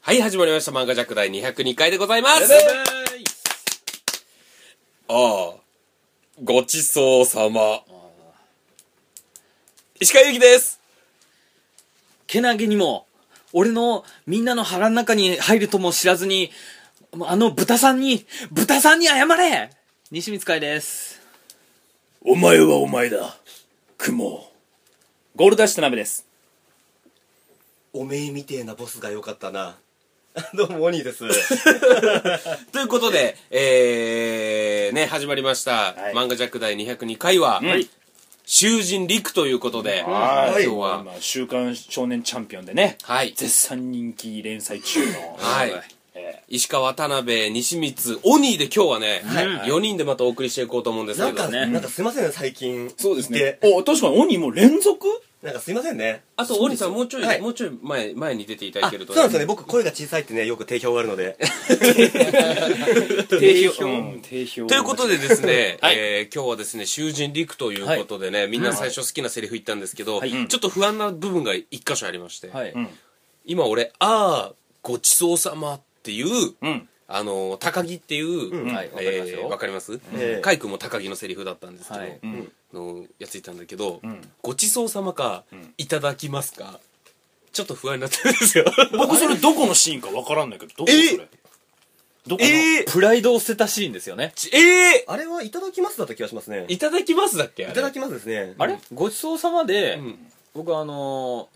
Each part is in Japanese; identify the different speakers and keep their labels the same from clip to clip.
Speaker 1: はい、始まりました。漫画ジャック第202回でございます。ああ、ごちそうさま。石川祐希です。
Speaker 2: けなげにも俺のみんなの腹の中に入るとも知らずにあの豚さんに豚さんに謝れ西光海です
Speaker 3: お前はお前だ雲ゴールダッシュ田辺です
Speaker 4: おめえみてえなボスが良かったな。 どうも、オニー です。
Speaker 1: ということで、えー、ね、始まりました。
Speaker 3: はい
Speaker 1: 漫画ジャック第202回は、
Speaker 3: い
Speaker 1: 囚人陸ということで、
Speaker 3: はい
Speaker 1: 今日は、
Speaker 3: まあ週刊少年チャンピオン」でね
Speaker 1: はい。
Speaker 3: 絶賛人気連載中の
Speaker 1: はい
Speaker 2: はい。
Speaker 3: え
Speaker 1: 石川、田辺、西光、オニーで今日はね、
Speaker 2: はい
Speaker 1: 4人でまたお送りしていこうと思うんです
Speaker 4: な
Speaker 1: け
Speaker 4: んか、
Speaker 1: ど、
Speaker 2: ね
Speaker 4: なんかすいませんね、最近。
Speaker 3: ーそうですね
Speaker 4: で
Speaker 3: お確かに鬼も連続
Speaker 4: なんかすいませんね。
Speaker 1: あと、オニーさん、もうちょい、
Speaker 4: はい
Speaker 1: もうちょい前、前に出ていただけると、
Speaker 4: そうなんですよね、僕声が小さいってね、よく定評があるの で。
Speaker 3: 定評うん定評
Speaker 1: ということでですね、
Speaker 3: はい
Speaker 1: えー今日はですね、囚人陸ということでね、みんな最初好きなセリフ言ったんですけど、
Speaker 2: はい
Speaker 1: ちょっと不安な部分が一箇所ありまして、
Speaker 2: はい、
Speaker 3: うん
Speaker 1: 今俺、あー、ごちそうさまっていう、
Speaker 3: うん
Speaker 1: あのー、高木っていう、
Speaker 4: うん
Speaker 2: はいわかります
Speaker 1: えー
Speaker 2: よ
Speaker 1: わかります
Speaker 4: ええ
Speaker 1: カイ君も高木のセリフだったんですけど、
Speaker 2: はい
Speaker 3: うん
Speaker 1: のやついたんだけど、
Speaker 3: ん
Speaker 1: ごちそうさまか、
Speaker 3: ん
Speaker 1: いただきますか、ちょっと不安になってるんですよ。
Speaker 3: 僕それどこのシーンかわからんないけどどこそれどこの
Speaker 2: プライドを捨てたシーンですよね
Speaker 1: ちえ
Speaker 4: あれはいただきますだった気がしますね。
Speaker 1: ー、
Speaker 4: い
Speaker 1: いただきますだっけあれ
Speaker 4: ただきますですね。
Speaker 2: あれ、ごちそうさまで、
Speaker 1: うん
Speaker 2: 僕あの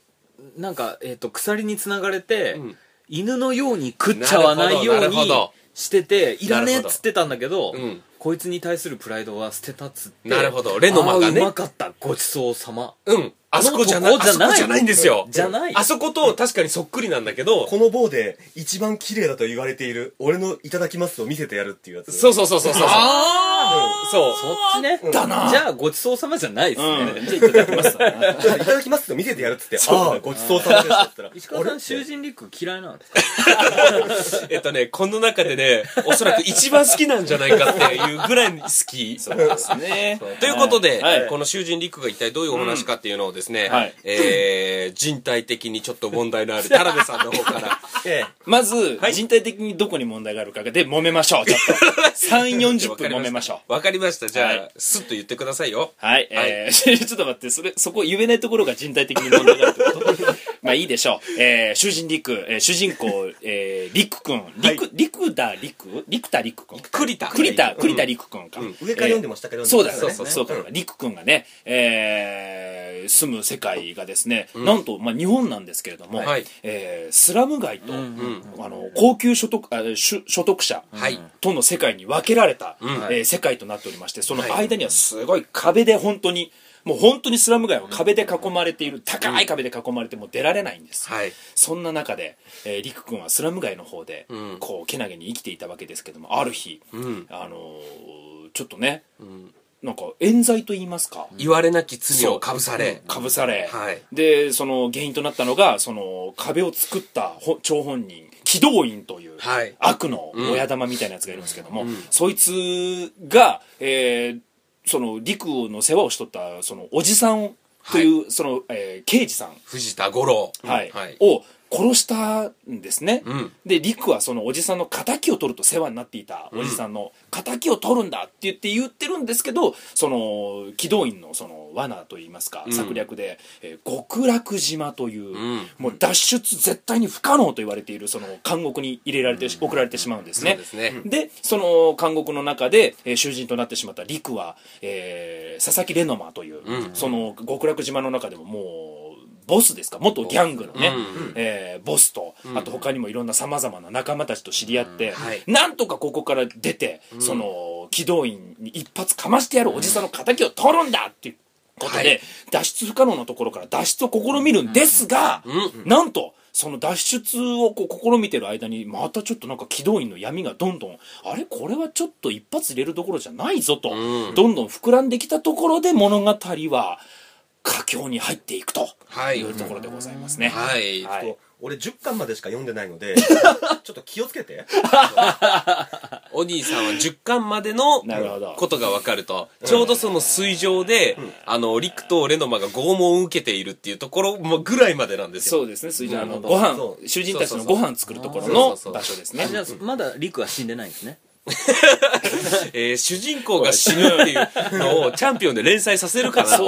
Speaker 2: ーなんか、えっと鎖につながれて、
Speaker 1: うん
Speaker 2: 犬のように食っちゃわないよ
Speaker 1: な
Speaker 2: う
Speaker 1: るほどなるほ
Speaker 2: に
Speaker 1: ど
Speaker 2: してていらねえ
Speaker 1: な
Speaker 2: っ
Speaker 1: るほど
Speaker 2: つってたんだけど、
Speaker 1: うん
Speaker 2: こいつに対するプライドは捨てたっつって
Speaker 1: なるほどレノマがね
Speaker 2: あーうまかったごちそうさま
Speaker 1: うん。あそこじゃな
Speaker 2: あ
Speaker 1: い。
Speaker 2: のとこじゃない
Speaker 1: あそこじゃないんですよ。
Speaker 2: じゃない
Speaker 1: あそこと確かにそっくりなんだけど、
Speaker 4: この棒で一番綺麗だと言われている、俺のいただきますを見せてやるっていうやつ。
Speaker 1: そうそうそうそうそう。
Speaker 2: あ
Speaker 1: そう。
Speaker 2: そっちね
Speaker 4: だ
Speaker 3: な
Speaker 2: じゃあごちそうさまじゃないですね、
Speaker 3: うんじゃあいただきますね
Speaker 4: いただきますを見せてやるっつって、ああ、ごちそうさまですって言ったら。
Speaker 2: 石川さ
Speaker 4: あ
Speaker 2: ん
Speaker 4: れ
Speaker 2: 囚人陸嫌いなんですか
Speaker 1: えっとね、この中でね、おそらく一番好きなんじゃないかっていうぐらい好き。
Speaker 3: ですね
Speaker 1: ということで、
Speaker 3: はい
Speaker 1: この囚人陸が一体どういうお話かっていうのをですね、
Speaker 3: うんはい
Speaker 1: えー、人体的にちょっと問題 のある田辺さんの方から、
Speaker 4: え
Speaker 3: まず人体的にどこに問題があるかで揉めましょうちょっと3 4 0分揉めましょう
Speaker 1: わかりました。じゃあ、
Speaker 3: はい
Speaker 1: スッと言ってくださいよ。
Speaker 3: はい、えー ちょっと待って、それ、そこ言えないところが人体的に問題だってこと まあいいでしょう。えー、囚人リク、えー主人公、えー、リクくん。リク、リクダリクリクタリクくん。
Speaker 1: 栗田。
Speaker 3: 栗田、栗田リクくんか。
Speaker 4: え上から読んでも下から
Speaker 3: そ
Speaker 4: 読
Speaker 3: うん
Speaker 4: で
Speaker 3: だ、
Speaker 4: も
Speaker 3: そうだ、
Speaker 4: ね
Speaker 3: そうだ、リク君がね、えー住む世界がですね、なんと、まあ、日本なんですけれども、
Speaker 1: はい
Speaker 3: えースラム街と、
Speaker 1: ん
Speaker 3: あの高級所得あ所所得者
Speaker 1: はい
Speaker 3: との世界に分けられた、
Speaker 1: ん
Speaker 3: えー世界となっておりまして、その間にはすごい壁で本当に、もう本当にスラム街は壁で囲まれている、高い壁で囲まれてもう出られないんです。
Speaker 1: はい。
Speaker 3: そんな中で、えー、リク君はスラム街の方で、
Speaker 1: うん
Speaker 3: こうけなげに生きていたわけですけどもある日、
Speaker 1: ん
Speaker 3: あのーちょっとね、なんか冤罪と言いますか、
Speaker 1: 言われなき罪をかぶされ。
Speaker 3: かぶされ、
Speaker 1: はい
Speaker 3: でその原因となったのがその壁を作ったほ張本人機動院という、
Speaker 1: はい
Speaker 3: 悪の親玉みたいなやつがいるんですけども、そいつが、えーその陸の世話をしとったそのおじさんという、その、えー刑事さん
Speaker 1: 藤田五郎。
Speaker 3: はい
Speaker 1: はい。
Speaker 3: を殺したんですね、
Speaker 1: ん
Speaker 3: でリクはそのおじさんの敵を取ると世話になっていたおじさんの敵を取るんだって言って言ってるんですけどその機動員のその罠といいますか策略で、えー極楽島という、
Speaker 1: ん
Speaker 3: もう脱出絶対に不可能と言われているその監獄に入れられて、送られてしまうんですね。
Speaker 1: そうですね
Speaker 3: でその監獄の中で、えー囚人となってしまった陸は、えー佐々木レノマという、その極楽島の中でももうボスですか元ギャングのね、えーボスと、あと他にもいろんなさまざまな仲間たちと知り合って、
Speaker 1: はい
Speaker 3: なんとかここから出て、その機動員に一発かましてやるおじさんの敵を取るんだっていうことで、
Speaker 1: はい
Speaker 3: 脱出不可能なところから脱出を試みるんですが、なんとその脱出をこう試みてる間にまたちょっとなんか機動員の闇がどんどんあれこれはちょっと一発入れるどころじゃないぞと、どんどん膨らんできたところで物語は佳境に入っていくと
Speaker 1: はい
Speaker 3: いうところでございますね。
Speaker 1: はい。
Speaker 3: はい
Speaker 4: 俺10巻までしか読んでないのでちょっと気をつけて
Speaker 1: お兄さんは10巻までの
Speaker 3: なるほど
Speaker 1: ことが分かると、ちょうどその水上で、あの、陸とレノマが拷問を受けているっていうところもぐらいまでなんですよ。
Speaker 3: そうですね水上あ
Speaker 1: な
Speaker 3: の
Speaker 1: るほ
Speaker 3: ご
Speaker 1: ど
Speaker 3: 飯
Speaker 4: そう
Speaker 3: 囚人たちのご飯作るところ
Speaker 1: そ
Speaker 3: の
Speaker 1: うそうそう
Speaker 3: 場所ですね
Speaker 2: じゃあまだリクは死んでないんですね
Speaker 1: えー主人公が死ぬっていうのをチャンピオンで連載させ るかな。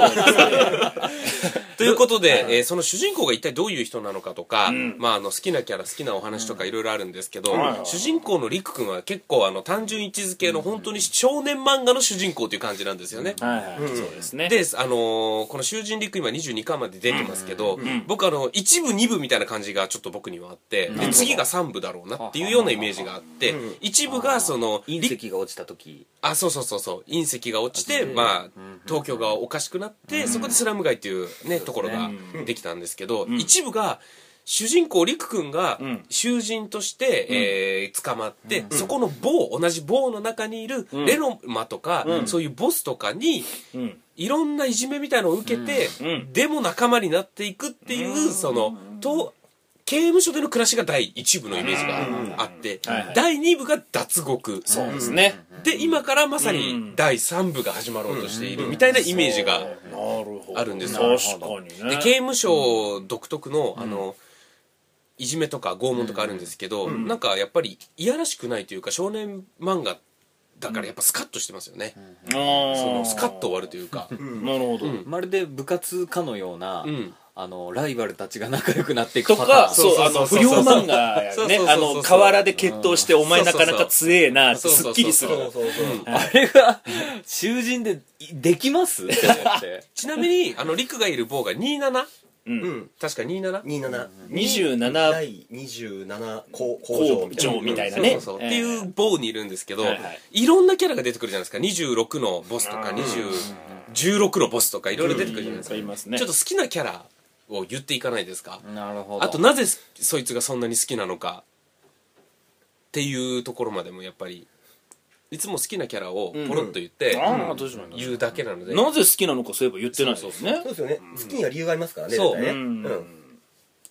Speaker 1: ということで、えーその主人公が一体どういう人なのかとか、まあ、あの好きなキャラ好きなお話とかいろいろあるんですけど、
Speaker 3: うん
Speaker 1: 主人公のりくくんは結構あの単純一づけの本当に少年漫画の主人公という感じなんですよね。
Speaker 3: はいはいそうですね
Speaker 1: で、あのーこの囚人陸今22巻まで出てますけど、僕あの、1部2部みたいな感じがちょっと僕にはあって、で、次が3部だろうなっていうようなイメージがあって、1部がその、り
Speaker 2: 隕石が落ちた時
Speaker 1: あ、そうそうそうそう、隕石が落ちて、まあ、東京がおかしくなって、そこでスラム街っていうね、ところができたんですけど、一部が、主人公陸くんが
Speaker 3: ん
Speaker 1: 囚人として、えー捕まって、そこの棒同じ棒の中にいるレノマとか、そういうボスとかに
Speaker 3: うん
Speaker 1: いろんないじめみたいのを受けて、
Speaker 3: うんうん
Speaker 1: でも仲間になっていくっていう、そのと刑務所での暮らしが第1部のイメージがあって、
Speaker 3: はいはい
Speaker 1: 第2部が脱獄
Speaker 3: そうですね
Speaker 1: で今からまさ
Speaker 3: う
Speaker 1: に
Speaker 3: ん
Speaker 1: 第3部が始まろうとしているみたいなイメージが、
Speaker 3: そうなるほど
Speaker 1: あるんですよ
Speaker 3: 確かにね
Speaker 1: で刑務所独特のあのいじめとか拷問とかあるんですけど、なんかやっぱりいやらしくないというか少年漫画だからやっぱスカッとしてますよね、そのスカッと終わるというか、
Speaker 3: なるほど、
Speaker 1: ん
Speaker 2: まるで部活かのような、
Speaker 1: うん
Speaker 2: あのライバルたちが仲良くなっていく
Speaker 3: と
Speaker 2: パター
Speaker 3: か
Speaker 2: ン
Speaker 1: そう
Speaker 3: そうあの不良漫画や
Speaker 1: そうそうそうそ
Speaker 3: ね
Speaker 1: う
Speaker 3: あの河原で決闘してお前なかなか強えなって
Speaker 1: そうそう
Speaker 3: す
Speaker 1: そう
Speaker 3: っきりする
Speaker 4: そうそうそう。
Speaker 2: あれが囚人でいできますって思って
Speaker 1: ちなみにあの陸がいる棒が27
Speaker 4: うん。
Speaker 1: 確か27
Speaker 4: 27。
Speaker 3: 27
Speaker 4: 第27工
Speaker 3: 工
Speaker 4: 工
Speaker 3: 場
Speaker 4: 場み
Speaker 3: みた
Speaker 4: た
Speaker 3: い
Speaker 4: い
Speaker 3: な
Speaker 1: そ
Speaker 4: な。
Speaker 3: ね
Speaker 1: うそうそうっていう棒にいるんですけど、
Speaker 3: はい
Speaker 1: い
Speaker 3: はい
Speaker 1: ろんなキャラが出てくるじゃないですか26のボスとか20 16のボスとかいろいろ出てくるじゃないですか、
Speaker 3: うんいますね
Speaker 1: ちょっと好きなキャラを言っていかないですか
Speaker 2: なるほ
Speaker 1: あとなぜそいつがそんなに好きなのかっていうところまでもやっぱりいつも好きなキャラをポロッと言って
Speaker 3: ああどうしようもない
Speaker 1: 言うだけなので、
Speaker 3: なぜ好きなのかそういえば言ってないですね
Speaker 4: そうですよね。好きには理由がありますからね。
Speaker 1: そう
Speaker 4: 絶対ね
Speaker 3: うん
Speaker 4: うん。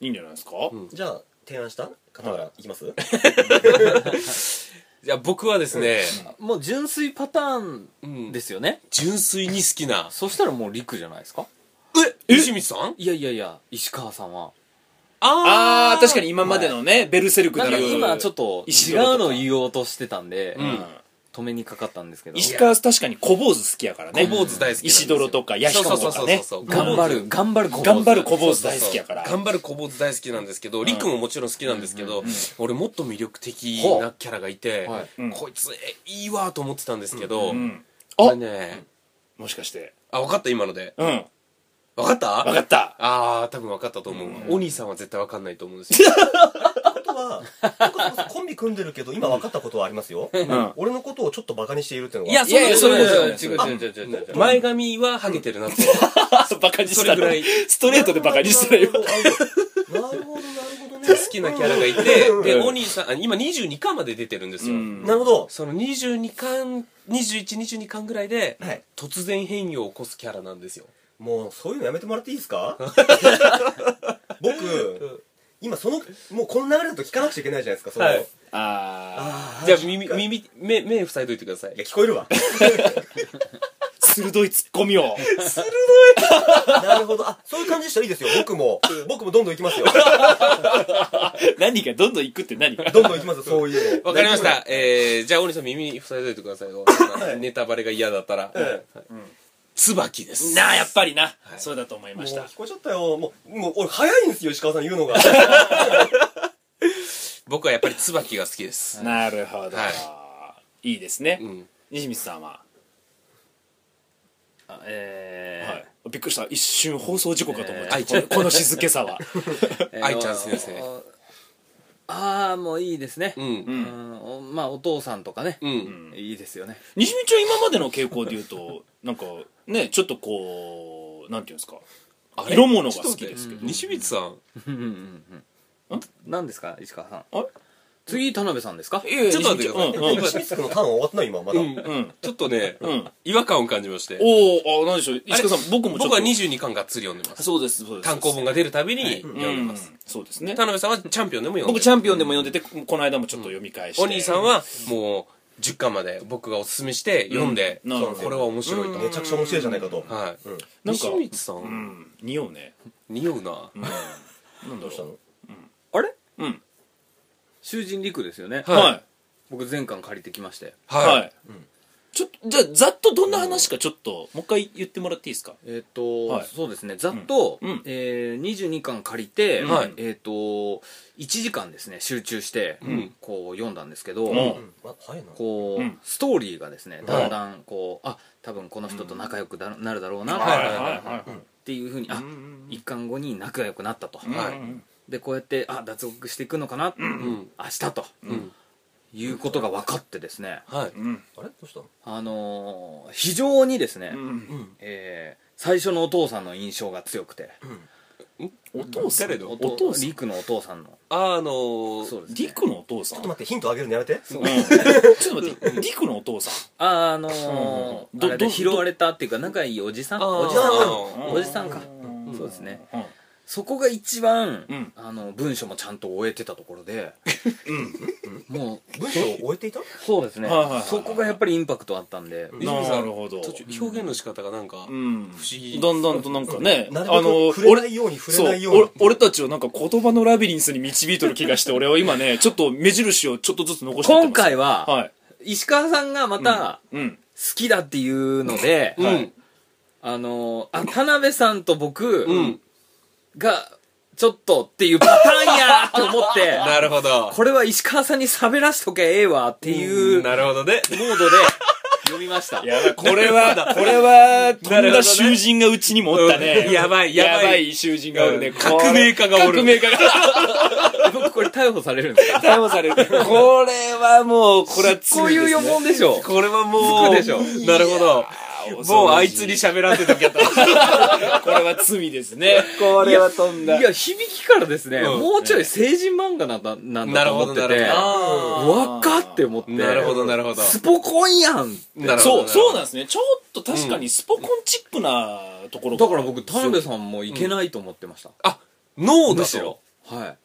Speaker 3: いいんじゃないですか
Speaker 4: じゃあ、提案した方からいきます
Speaker 1: いや僕はですね、
Speaker 2: もう純粋パターンですよね、
Speaker 1: 純粋に好きな
Speaker 2: そしたらもう陸じゃないですか
Speaker 1: え石光さん
Speaker 2: いやいやいや石川さんは
Speaker 3: ああ確かに今までのねベルセルク
Speaker 2: なん
Speaker 3: な
Speaker 2: か
Speaker 3: る
Speaker 2: 今ちょっと
Speaker 3: 石
Speaker 2: 違
Speaker 3: 黒とか
Speaker 2: うのを言おうとしてたんで、
Speaker 1: ん
Speaker 2: 止めにかかったんですけど
Speaker 3: 石川確かに小坊主好きやからね
Speaker 1: 小坊主大好きなんですよ
Speaker 3: 石泥とかヤヒカモとかね
Speaker 1: そうそうそうそう
Speaker 2: 頑張る頑張る
Speaker 3: 頑張る小
Speaker 2: 子
Speaker 3: 坊主大好きやから
Speaker 1: そうそう頑張る小坊主大好きなんですけど、りくももちろん好きなんですけど、俺もっと魅力的なキャラがいて、
Speaker 2: はい
Speaker 3: うん
Speaker 1: こいつえいいわと思ってたんですけど、
Speaker 3: うん
Speaker 1: これね
Speaker 3: もしかして
Speaker 1: あ分かった今ので
Speaker 3: うん
Speaker 1: 分
Speaker 3: 分
Speaker 1: かった
Speaker 3: かった
Speaker 1: あー多分分かったと思うわ、お兄さんは絶対分かんないと思うんですよ
Speaker 4: あとは、僕それこそコンビ組んでるけど、今分かったことはありますよ。俺のことをちょっと馬鹿にしているっていうのが。
Speaker 1: いやそうです
Speaker 3: いやいや
Speaker 1: そうです
Speaker 3: それ
Speaker 1: そう
Speaker 2: 違う違う違う違う違う
Speaker 1: 前髪はハゲてるなって、
Speaker 3: バカにした
Speaker 1: それぐら
Speaker 3: ら
Speaker 1: い
Speaker 3: ストレートでバカにしたらよ
Speaker 4: なるほど、なるほどね。
Speaker 1: 好きなキャラがいて、で、
Speaker 3: うん
Speaker 1: お兄さん、あ今22巻まで出てるんですよ。
Speaker 3: うん
Speaker 4: なるほど。
Speaker 1: その22巻、21、22巻ぐらいで、
Speaker 4: はい
Speaker 1: 突然変異を起こすキャラなんですよ。
Speaker 4: もうそういうのやめてもらっていいですか僕今そのもうこの流れだと聞かなくちゃいけないじゃないですかその、
Speaker 1: はい
Speaker 4: い、
Speaker 3: ああ
Speaker 1: じゃあ、耳、耳、目、目塞いといてください
Speaker 4: や。聞こえるわ
Speaker 3: 鋭いツッコミを
Speaker 4: なるほどあそういう感じでしたらいいですよ僕も僕もどんどん行きますよ
Speaker 3: 何がどんどん行くって何が
Speaker 4: どんどん行きますよそういうの
Speaker 1: わかりました。えー、じゃあ、お兄さん耳塞いといてくださいよ。そんなネタバレが嫌だったら。はい椿です。
Speaker 3: なあやっぱりなそうだと思いま
Speaker 4: もう
Speaker 3: した
Speaker 4: 聞こえちゃったよもうもう俺早いんですよ石川さん言うのが
Speaker 1: 僕はやっぱり椿が好きです。
Speaker 3: なるほど、い、いですね、
Speaker 1: うん。
Speaker 3: 西光さんは、
Speaker 2: あえー
Speaker 3: はい、びっくりした一瞬放送事故かと思っ
Speaker 2: えー
Speaker 3: て、このこの静け さは
Speaker 2: えー
Speaker 1: 愛ちゃん先生
Speaker 2: ああもういいですね
Speaker 1: う。
Speaker 2: うんんおまあお父さんとかね
Speaker 1: うん。
Speaker 2: いいですよね
Speaker 3: 西光ちゃん今までの傾向で言うとなんかねちょっとこうなんていうんですか
Speaker 1: あれ
Speaker 3: 色物が好きですけ
Speaker 1: ちょっと待
Speaker 3: ど
Speaker 1: って西光さん、
Speaker 2: うんうんうん何ですか石川さん
Speaker 3: あれ
Speaker 2: 次田辺さんですか
Speaker 3: いやいや
Speaker 1: ちょっと待ってください
Speaker 3: 西
Speaker 4: 清
Speaker 3: 光ち
Speaker 4: 水君のターン終わってない今まだ、
Speaker 1: うん
Speaker 3: ゃんうんうん
Speaker 1: ちょっとね、
Speaker 3: うん
Speaker 1: 違和感を感じまして。
Speaker 3: おおあなんでしょう石川さん僕もちょっ
Speaker 1: 僕
Speaker 3: と
Speaker 1: は22巻がっつり読んでます。
Speaker 3: そうですそうです
Speaker 1: 単行本が出るたびに読んでます。
Speaker 3: うんそうですね
Speaker 1: 田辺さんはチャンピオンでも読んで
Speaker 3: 僕チャンピオンでも読んでてこの間もちょっと読み返して
Speaker 1: お兄さんはもう10巻まで僕がおすすめして読んで、
Speaker 3: うんなるほど
Speaker 1: そうこれは面白いと、
Speaker 4: めちゃくちゃ面白いじゃないかと。
Speaker 1: はい、
Speaker 4: うん。
Speaker 3: なんか
Speaker 1: 西光さん、
Speaker 3: うん匂うね
Speaker 1: 匂うな、
Speaker 3: なんだ
Speaker 4: どうした
Speaker 3: ろ
Speaker 4: の
Speaker 2: あれ
Speaker 3: ううん
Speaker 2: 囚人陸ですよね、
Speaker 1: はい
Speaker 3: はい
Speaker 2: 僕前巻借りてきましたよ
Speaker 1: はい、
Speaker 3: はいちょっとじゃあざっとどんな話かちょっともう一回言ってもらっていいですか
Speaker 2: えっ、と、
Speaker 3: はい
Speaker 2: そうですねざっと、
Speaker 3: うんうん
Speaker 2: えー、22巻借りて、
Speaker 1: はい
Speaker 2: えっ、と1時間ですね集中して、
Speaker 1: ん
Speaker 2: こう読んだんですけど、
Speaker 3: うん
Speaker 4: うんあ早いな。
Speaker 2: こう、
Speaker 3: うん
Speaker 2: ストーリーがですねだんだんこう、あ多分この人と仲良くだなるだろうな、
Speaker 1: はい
Speaker 2: っ
Speaker 3: はい
Speaker 2: ていうふうに、あ
Speaker 3: ん
Speaker 2: 一巻後に仲良くなったと、
Speaker 1: んはい
Speaker 2: でこうやってあ脱獄していくのかな、
Speaker 1: うん
Speaker 2: 明日と、
Speaker 1: うん
Speaker 2: いうことが分かってですね、
Speaker 1: はい
Speaker 3: うん
Speaker 4: あれどうしたの
Speaker 2: あのー非常にですね、
Speaker 3: うん
Speaker 2: えー最初のお父さんの印象が強くて、
Speaker 3: お父さん
Speaker 1: けれど
Speaker 2: お
Speaker 3: お父さん
Speaker 2: 陸のお父さんの
Speaker 1: あのー
Speaker 2: そうです、ね、
Speaker 3: リクのお父さ
Speaker 4: ちょ
Speaker 3: ん
Speaker 4: っと待って、ヒントあげるのやめて。
Speaker 3: うんちょっと待ってリクのお父さん
Speaker 2: あーあのー
Speaker 3: うんうんうん
Speaker 2: あれで
Speaker 3: どど
Speaker 2: 拾われたっていうか仲いいおじさん
Speaker 1: あー
Speaker 2: おじさんか
Speaker 1: うん
Speaker 2: おじさんか
Speaker 3: うん
Speaker 2: そうですね
Speaker 3: うん
Speaker 2: そこが一番、
Speaker 3: うん
Speaker 2: あの文章もちゃんと終えてたところで、もう
Speaker 4: 文章を終えていた
Speaker 2: そうですね、
Speaker 3: はいはいはい
Speaker 2: そこがやっぱりインパクトあったんで、
Speaker 1: 西光さん
Speaker 3: なるほど
Speaker 1: 途中表現の仕方がなんか、
Speaker 3: うん
Speaker 1: 不思議
Speaker 3: だんだんとなんかね
Speaker 4: なる
Speaker 3: あの
Speaker 4: べく触れないように触れないよう
Speaker 3: そ
Speaker 4: に
Speaker 3: う。俺俺たちをなんか言葉のラビリンスに導いてる気がして俺は今ねちょっと目印をちょっとずつ残してってます
Speaker 2: 今回は、
Speaker 3: はい
Speaker 2: 石川さんがまた
Speaker 3: うん
Speaker 2: 好きだっていうので、
Speaker 1: うん、
Speaker 3: はい
Speaker 2: あのーあ田辺さんと僕
Speaker 1: うん
Speaker 2: がちょっとっていうパターンやと思って
Speaker 1: なるほど
Speaker 2: これは石川さんに喋らしとけええわっていううん
Speaker 1: なるほどね
Speaker 2: モードで読みました
Speaker 3: やばいこれはこれはと
Speaker 1: なる
Speaker 3: ん
Speaker 1: ほどね
Speaker 3: だ囚人がうちにもおったね
Speaker 1: うんやばいやばい
Speaker 3: やばい囚人がおるね
Speaker 1: うん革命家がおる
Speaker 3: 革命家が
Speaker 2: 僕これ逮捕されるんですか
Speaker 3: 逮捕されるこれはもうこれは
Speaker 2: こういう予
Speaker 3: も
Speaker 2: 問でしょ
Speaker 1: これはもう
Speaker 2: つくでしょ
Speaker 1: なるほどもうあいつに喋らせときゃった
Speaker 3: これは罪ですねこれはとん
Speaker 2: いや響きからですね、
Speaker 1: うん
Speaker 2: もうちょい成人漫画なんだなん
Speaker 1: な
Speaker 2: だ
Speaker 1: る
Speaker 2: と
Speaker 1: ほ
Speaker 2: 思
Speaker 1: ど
Speaker 2: って
Speaker 1: なる
Speaker 2: て
Speaker 1: ほ
Speaker 2: わっかって思って
Speaker 1: どなるほどなるほど
Speaker 2: スポコンやん
Speaker 1: なるほど
Speaker 3: そうそうなん
Speaker 1: ん
Speaker 3: ですねちょっと確かにスポコンチックなところ
Speaker 2: だから僕田辺さんもいけないと思ってました、
Speaker 1: あ脳だ
Speaker 2: むしろ
Speaker 1: と
Speaker 2: はい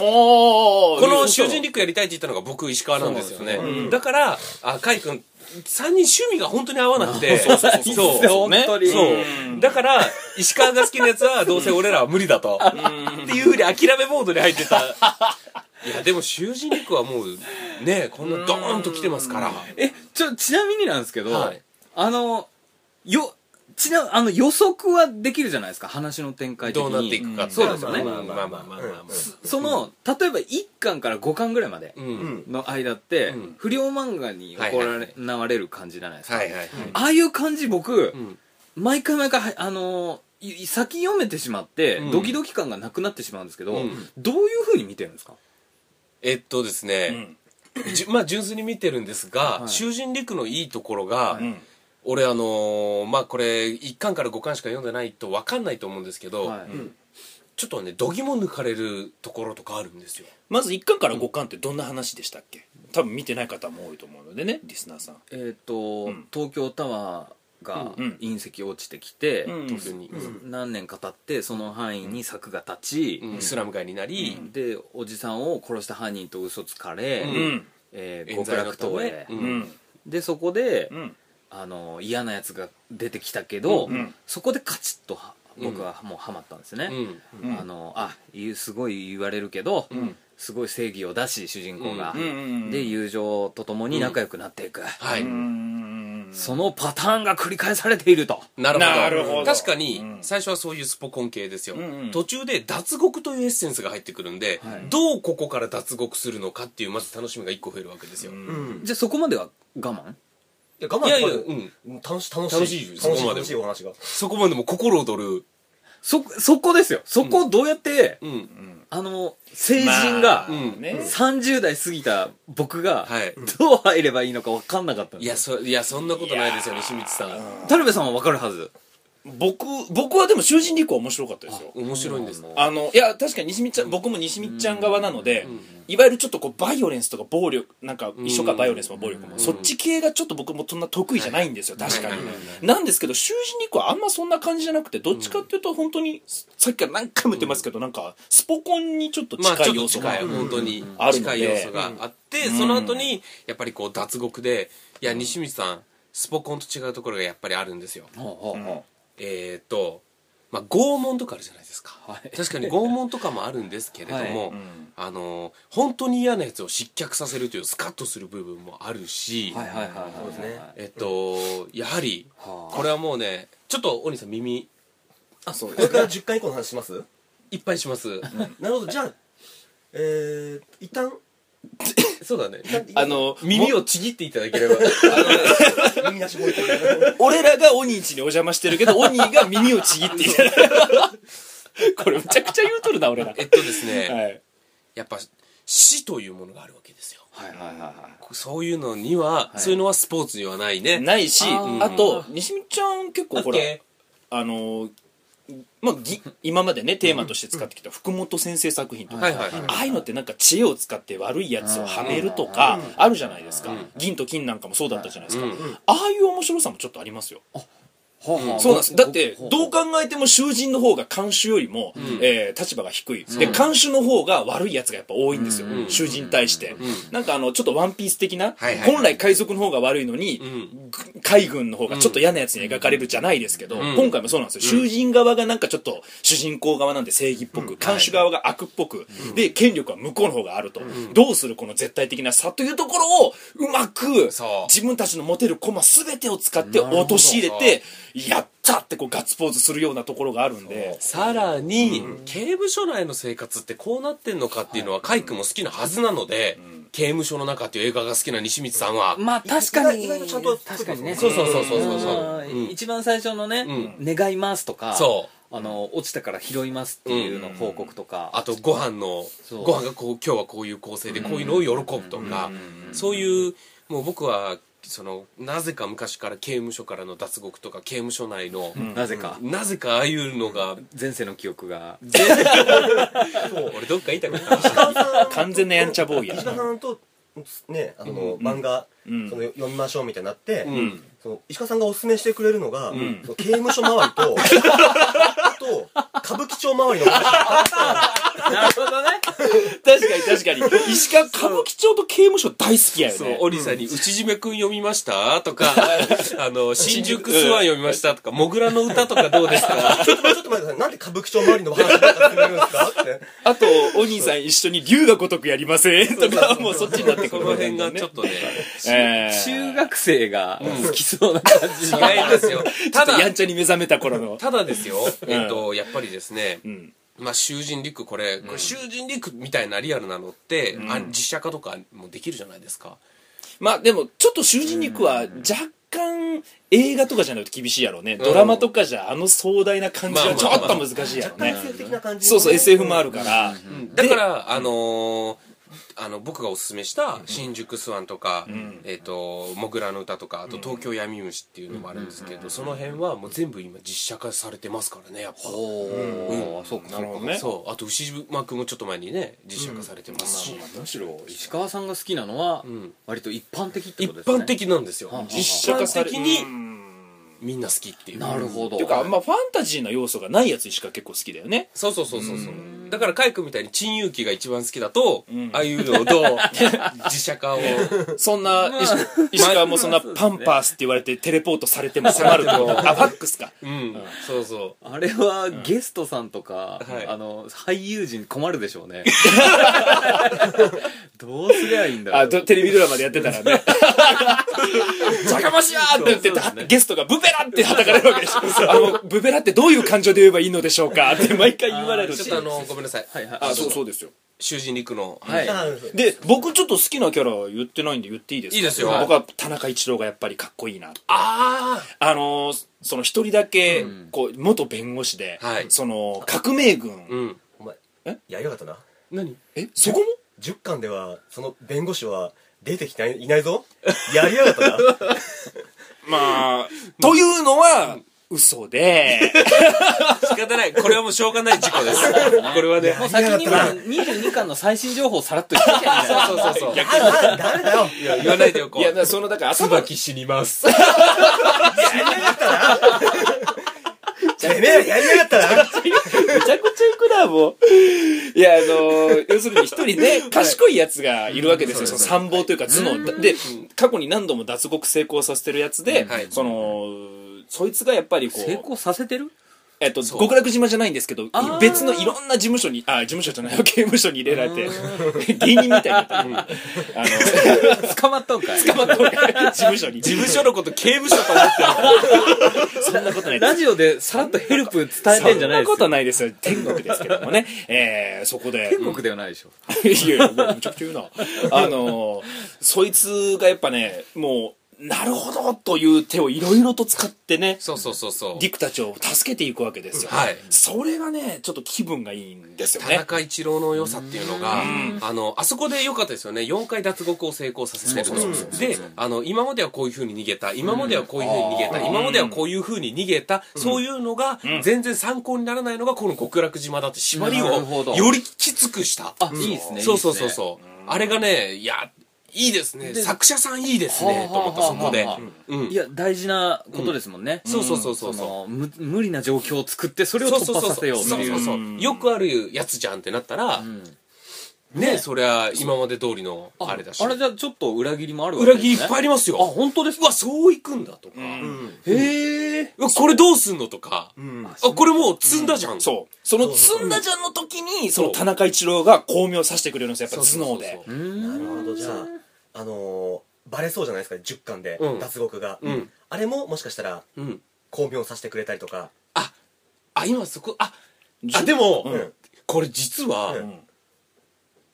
Speaker 3: おー
Speaker 1: この囚人陸やりたいって言ったのが僕石川なんですよね
Speaker 2: そうなん
Speaker 4: ですようん
Speaker 1: だからあ海君3人趣味が本当に合わなくて
Speaker 3: そうそうそうそう
Speaker 1: そう
Speaker 3: そうね
Speaker 2: 本当に
Speaker 1: そう
Speaker 3: うん
Speaker 1: だから石川が好きなやつはどうせ俺らは無理だとっていうふうに諦めモードに入ってたいやでも囚人陸はもうねこんなドーンと来てますから
Speaker 2: えちょちなみになんですけど、
Speaker 1: はい
Speaker 2: あのよちなあの予測はできるじゃないですか話の展開的
Speaker 1: どう
Speaker 2: に
Speaker 1: なっていくかって
Speaker 2: そうですよね
Speaker 1: まあまあまあまあまあまあ
Speaker 2: その例えば1巻から5巻ぐらいまで
Speaker 1: うん
Speaker 4: うん
Speaker 2: の間って、
Speaker 1: うん
Speaker 2: 不良漫画に行
Speaker 1: はいはいは
Speaker 2: われる感じじゃないですか、
Speaker 1: はいはいはい
Speaker 2: ああいう感じ僕、
Speaker 1: うん
Speaker 2: 毎回毎回はあのい先読めてしまって、
Speaker 1: うん
Speaker 2: ドキドキ感がなくなってしまうんですけど、
Speaker 1: うん
Speaker 2: どういうふうに見てるんですか
Speaker 1: えっとです
Speaker 3: う
Speaker 1: ね
Speaker 3: ん
Speaker 1: じゅまあ純粋に見てるんです
Speaker 2: は
Speaker 1: が
Speaker 2: い
Speaker 1: 囚人陸のいいところが
Speaker 3: うん
Speaker 1: 俺あのーまあこれ1巻から5巻しか読んでないと分かんないと思うんですけど
Speaker 2: はい
Speaker 1: ちょっとね度肝抜かれるところとかあるんですよ
Speaker 3: まず1巻から5巻ってどんな話でしたっけ多分見てない方も多いと思うのでねリスナーさん
Speaker 2: えっ、と、
Speaker 3: うん
Speaker 2: 東京タワーが
Speaker 3: うん
Speaker 2: 隕石落ちてきて、
Speaker 3: うん
Speaker 1: 東京に
Speaker 2: 何年か経ってその範囲に柵が立ち、
Speaker 1: うんスラム街になり
Speaker 2: でおじさんを殺した犯人と嘘つかれ、
Speaker 1: うん
Speaker 3: うん
Speaker 2: えー
Speaker 1: 冤
Speaker 2: 極
Speaker 1: 罪の
Speaker 2: 楽
Speaker 1: た
Speaker 2: 島
Speaker 1: め
Speaker 2: へ、
Speaker 1: う
Speaker 3: うんん
Speaker 2: でそこで、
Speaker 3: うん
Speaker 2: あの嫌なやつが出てきたけど、
Speaker 3: うんうん
Speaker 2: そこでカチッとは僕はもうハマったんですね、
Speaker 1: うん
Speaker 3: うん
Speaker 2: あのあいうすごい言われるけど、
Speaker 1: ん
Speaker 2: すごい正義を出し主人公が、
Speaker 1: う
Speaker 3: うんうん
Speaker 2: で友情とともに仲良くなっていく、
Speaker 1: は
Speaker 3: う
Speaker 1: い
Speaker 3: ん
Speaker 2: そのパターンが繰り返されていると
Speaker 1: なるほど
Speaker 3: なるほど
Speaker 1: 確か
Speaker 3: う
Speaker 1: に
Speaker 3: ん
Speaker 1: 最初はそういうスポコン系ですよ、
Speaker 3: うんうん
Speaker 1: 途中で脱獄というエッセンスが入ってくるんで、
Speaker 2: はい
Speaker 1: どうここから脱獄するのかっていうまず楽しみが一個増えるわけですよ、
Speaker 3: うん
Speaker 4: うん。
Speaker 2: じゃあそこまでは我慢
Speaker 4: いや、我慢
Speaker 1: いやいや
Speaker 4: 我慢
Speaker 1: うん
Speaker 4: 楽し、楽しい。
Speaker 1: 楽しいよ
Speaker 4: 楽
Speaker 1: そこ
Speaker 4: しい、
Speaker 1: まで
Speaker 4: 楽しいお話が。
Speaker 1: そこまでも心躍る、
Speaker 2: そそこですよそこをどうやって、
Speaker 1: うん
Speaker 2: あの成人
Speaker 1: まあ
Speaker 2: が、
Speaker 1: うん
Speaker 3: ね
Speaker 2: 30代過ぎた僕が、
Speaker 1: はい
Speaker 2: どう入ればいいのか分かんなかったん
Speaker 1: い
Speaker 2: で
Speaker 1: や
Speaker 2: す
Speaker 1: そいやそんなことないですよ西光さん
Speaker 2: 田辺さんは分かるはず
Speaker 3: 僕僕はでも囚人リコは面白かったですよ
Speaker 1: 面白いんですね
Speaker 3: あのいや確かに西見ちゃん僕も西見ちゃん側なので、いわゆるちょっとこうバイオレンスとか暴力なんか一緒かバイオレンスも暴力も、そっち系がちょっと僕もそんな得意じゃないんですよ、確かに、なんですけど囚人に行くはあんまそんな感じじゃなくてどっちかっていうと本当にさっきから何回も言ってますけど、なんかスポコンにちょっと
Speaker 1: まあちょ
Speaker 3: 近い
Speaker 1: っと
Speaker 3: 要素が、
Speaker 1: 近い本当に
Speaker 3: あるので
Speaker 1: 近い要素があってその後にやっぱりこう脱獄でいや西光さんスポコンと違うところがやっぱりあるんですよ
Speaker 2: ほうほうほ
Speaker 1: えっとまあ拷問とかあるじゃないですか
Speaker 2: はい
Speaker 1: 確かに拷問とかもあるんですけれども
Speaker 3: うん
Speaker 1: あの本当に嫌なやつを失脚させるというスカッとする部分もあるし
Speaker 2: うはいはいはいはい
Speaker 4: そうですね
Speaker 1: えっとやはり
Speaker 2: はあ
Speaker 1: これはもうねちょっと鬼さん耳
Speaker 3: あそう
Speaker 4: これから10巻以降の話します
Speaker 1: いっぱいします
Speaker 4: なるほどじゃあえー、一旦
Speaker 1: そうだね
Speaker 3: あの
Speaker 1: 耳をちぎっていただければ
Speaker 4: 耳なしごいて
Speaker 3: 俺らが鬼一にお邪魔してるけど鬼が耳をち ぎっていたこれむちゃくちゃ言うとるな俺ら、
Speaker 1: えっとですね
Speaker 3: はい、
Speaker 1: やっぱ死というものがあるわけですよ
Speaker 2: はいはいはいはい
Speaker 1: そういうのには、そういうのはスポーツにはないね
Speaker 3: ないし
Speaker 2: あ
Speaker 3: あ
Speaker 2: ー
Speaker 3: と西見ちゃん結
Speaker 1: だ
Speaker 3: 構
Speaker 1: っ
Speaker 3: ほら
Speaker 1: け
Speaker 3: あのまあ、ぎ今までねテーマとして使ってきた福本先生作品とか、
Speaker 1: はいはいはい
Speaker 3: ああいうのってなんか知恵を使って悪いやつをはめるとかあるじゃないですか、銀と金なんかもそうだったじゃないですか、
Speaker 1: うん
Speaker 3: ああいう面白さもちょっとありますよ
Speaker 2: ほうほう
Speaker 3: そうなんですだって
Speaker 2: ほ
Speaker 3: どう考えても囚人の方が看守よりも、えー立場が低い、で看守の方が悪いやつがやっぱ多いんですよ、
Speaker 1: うん
Speaker 3: 囚人に対して、なんかあのちょっとワンピース的
Speaker 1: は
Speaker 3: な、
Speaker 1: いはいはい
Speaker 3: 本来海賊の方が悪いのに、
Speaker 1: ん
Speaker 3: ぐ海軍の方がちょっと嫌なやつに描かれるじゃないですけど、
Speaker 1: ん
Speaker 3: 今回もそうなんですよ、囚人側がなんかちょっと主人公側なんで正義っぽく、看守側が悪っぽく、で権力は向こうの方があると、どうするこの絶対的な差というところをうまく
Speaker 1: そう
Speaker 3: 自分たちの持てる駒全てを使って落とし入れてやったってこうガッツポーズするようなところがあるんで
Speaker 1: さらに、刑務所内の生活ってこうなってんのかっていうのは、カイ君も好きなはずなので、刑務所の中っていう映画が好きな西光さんは、
Speaker 2: うまあ確か
Speaker 4: 意
Speaker 2: に
Speaker 4: 外とちゃんと
Speaker 2: 確かにね
Speaker 1: そうそうそうそうそうそう、
Speaker 2: うん一番最初のね「願います」とか
Speaker 1: そ
Speaker 2: あの落ちたから拾います」っていうの報告とか
Speaker 1: あとご飯の
Speaker 2: そう
Speaker 1: ご飯がこう今日はこういう構成でこういうのを喜ぶとか、そういうもう僕はそのなぜか昔から刑務所からの脱獄とか刑務所内の、
Speaker 2: なぜか
Speaker 1: なぜかああいうのが
Speaker 2: 前世の記憶が
Speaker 1: 俺どっかいたから
Speaker 3: 完全なやんちゃボーイや
Speaker 4: 石川さんとねあの、漫画、その読みましょうみたいになって、
Speaker 1: ん
Speaker 4: その石川さんがおすすめしてくれるのが、その刑務所周り とあと歌舞伎町周りの
Speaker 2: なるほどね
Speaker 3: 確かに確かに 石川歌舞伎町と刑務所大好きやよ
Speaker 1: そう
Speaker 3: ね、
Speaker 1: オリさんに「内締めくん読みました?」とか「あの新宿スワン読みました?」とか「モグラの歌とかどうですか?
Speaker 4: ちょっとちょっと待ってくださいなんで歌舞伎町周りの話ばっかりするんですかって
Speaker 3: あとお兄さん一緒に龍が如くやりませんとかもうそっちになっ」て
Speaker 1: そ
Speaker 3: く
Speaker 1: の
Speaker 3: る
Speaker 1: 辺がちょっとね
Speaker 3: えー
Speaker 2: 中学生が好きそうな感じ
Speaker 1: 違いますよた
Speaker 3: やん
Speaker 1: だ
Speaker 3: ちゃに目覚めた頃の
Speaker 1: ただですよ、えっと、やっぱりですね、
Speaker 3: ん
Speaker 1: まあ、囚人陸これこれ囚人陸みたいなリアルなのって、あ実写化とかもできるじゃないですか
Speaker 3: まあでもちょっと囚人肉は若干映画とかじゃないと厳しいやろうね、ドラマとかじゃあの壮大な感じはちょっと難しいやろうね、
Speaker 4: SF 的な感じ
Speaker 3: そうそう SF もあるから、
Speaker 1: だからあのーあの僕がおすすめした「新宿スワン」とか「えっとモグラの歌」とかあと「東京闇虫」っていうのもあるんですけどその辺はもう全部今実写化されてますからねやっぱ
Speaker 2: おおそうかそうか
Speaker 3: ね
Speaker 1: そうあと牛島君もちょっと前にね実写化されてますし
Speaker 2: むしろ石川さんが好きなのは割と一般的って
Speaker 1: 一
Speaker 2: ことですね
Speaker 1: 般的なんですよ
Speaker 2: はあ
Speaker 1: 実
Speaker 3: 実
Speaker 1: 写
Speaker 3: 写化
Speaker 1: 化
Speaker 3: され
Speaker 1: 的にみんな好きっていう
Speaker 2: なるほど
Speaker 3: っていうかあんまファンタジーな要素がないやつしか結構好きだよね
Speaker 1: そうそうそうそうそうだからカイ君みたいに陳勇気が一番好きだとああいうのを どう実写化を
Speaker 3: そんな石石川もそんなパンパースって言われてテレポートされても困ると
Speaker 1: そう
Speaker 3: あファックスか
Speaker 1: うんそうそう
Speaker 2: あれはゲストさんとか、
Speaker 1: はい
Speaker 2: あの俳優陣困るでしょうねどうすりゃいいんだろ
Speaker 3: あ
Speaker 2: う
Speaker 3: どテレビドラマでやってたらね「じゃがましや!」って言って
Speaker 2: そうですね
Speaker 3: ゲストが「ブベラ!」って叩かれるわけでしょあの「ブベラってどういう感情で言えばいいのでしょうか?」って毎回言われる
Speaker 1: ちょっ
Speaker 3: し
Speaker 1: とあのごめんなさい
Speaker 2: はいはい
Speaker 3: あそうそうですよ
Speaker 1: 囚人陸の
Speaker 2: はい
Speaker 4: あ
Speaker 3: で僕ちょっと好きなキャラ言ってないんで言っていいですか
Speaker 1: いいですよ
Speaker 3: 僕は田中一郎がやっぱりかっこいいな
Speaker 1: あ
Speaker 3: あのーその一人だけこう元弁護士で、
Speaker 1: はい
Speaker 3: その革命軍、
Speaker 1: あうん
Speaker 4: お前
Speaker 3: え
Speaker 4: やりやがったな
Speaker 1: 何
Speaker 3: えそこも
Speaker 4: 10巻ではその弁護士は出てきて ないいないぞやりやがったな
Speaker 3: まあというのは、嘘で、
Speaker 1: 仕方ない。これはもうしょうがない事故 です。これはね。
Speaker 2: もう先にもう22巻の最新情報をさらっと言っ てきた
Speaker 1: そうそうそうそう。
Speaker 4: ああダメだよいや
Speaker 1: 言わないでおこ。
Speaker 3: いうや、だからその、だから 頭、
Speaker 1: 椿死にます。
Speaker 4: てめえやりやがったな
Speaker 3: めちゃくちゃいくな、もう。いや、あのー、要するに一 人ね、賢いやつがいるわけですよ。その参謀というか頭脳。で、過去に何度も脱獄成功させてるやつで、
Speaker 1: はい
Speaker 3: その、そいつがやっぱりこ
Speaker 2: 成
Speaker 3: う、
Speaker 2: 功させてる
Speaker 3: えっと、極楽島じゃないんですけど
Speaker 2: あー、
Speaker 3: 別のいろんな事務所に、あ、事務所じゃないよ、 刑務所に入れられて、 芸人みたいになったねあ
Speaker 2: 捕まったんかい
Speaker 3: の、事務所に。
Speaker 1: 事務所のこと刑務所と思ってる。
Speaker 3: そんなことないです
Speaker 2: ラジオでさらっとヘルプ伝えてんじ
Speaker 3: そ
Speaker 2: ゃない
Speaker 3: んな
Speaker 2: です
Speaker 3: こと
Speaker 2: か
Speaker 3: はないですよ。天国ですけどもね。えー、そこで。
Speaker 2: 天国ではないでしょ
Speaker 3: いやいや、もうめちゃくちゃ言うな。あのー、そいつがやっぱね、もう、なるほどという手をいろいろと使ってね、
Speaker 1: そうそうそうそう。
Speaker 3: ディクたちを助けていくわけですよ。
Speaker 1: はい
Speaker 3: それがね、ちょっと気分がいいんですよ
Speaker 1: 田
Speaker 3: ね。
Speaker 1: 中一郎の良さっていうのが、あの、あそこで良かったですよね。4回脱獄を成功させてると
Speaker 4: そうそうそう。
Speaker 1: で、あの、今まではこういう風に逃げた、今まではこういう風に逃げ
Speaker 3: うん
Speaker 1: た、今まではこういう風に逃げた、そういうのが全然参考にならないのが、この極楽島だって縛り
Speaker 2: なるほど
Speaker 1: をよりきつくした。
Speaker 2: あいいですね
Speaker 1: そうそうそうそう。あれがね、いや、いいですね。作者さんいいですね、と思った、
Speaker 2: はあ
Speaker 1: そこで
Speaker 2: はあはあ。
Speaker 1: うん
Speaker 2: い。や大事なことですもんね、
Speaker 1: そうそうそうそうそう。
Speaker 2: のむ無理な状況を作ってそれを突破させようって
Speaker 1: そう
Speaker 2: い
Speaker 1: そううそう
Speaker 3: うん
Speaker 1: よくあるやつじゃんってなったら、ねそりゃ今まで通りのあれだし
Speaker 2: あれじゃちょっと裏切りもあるわけ
Speaker 1: 裏
Speaker 2: ですね
Speaker 1: 切りいっぱいありますよ
Speaker 2: あ本当です
Speaker 1: うわそういくんだとか、
Speaker 2: へえ
Speaker 1: うわこれどうすんのとか、あこれもう積んだじゃん、
Speaker 3: そう。その、積んだじゃんの時に、その田中一郎が巧妙させてくれるんですよ、やっぱ頭脳で。
Speaker 1: そうそうそう
Speaker 4: なるほどじゃああのーバレそうじゃないですか10巻で
Speaker 1: うん
Speaker 4: 脱獄が
Speaker 1: うん
Speaker 4: あれももしかしたら
Speaker 1: そううん
Speaker 4: 巧妙させてくれたりとか
Speaker 1: ああ今そこあ
Speaker 3: じゅ
Speaker 1: あでも、
Speaker 4: ん
Speaker 1: これ実は、
Speaker 4: うん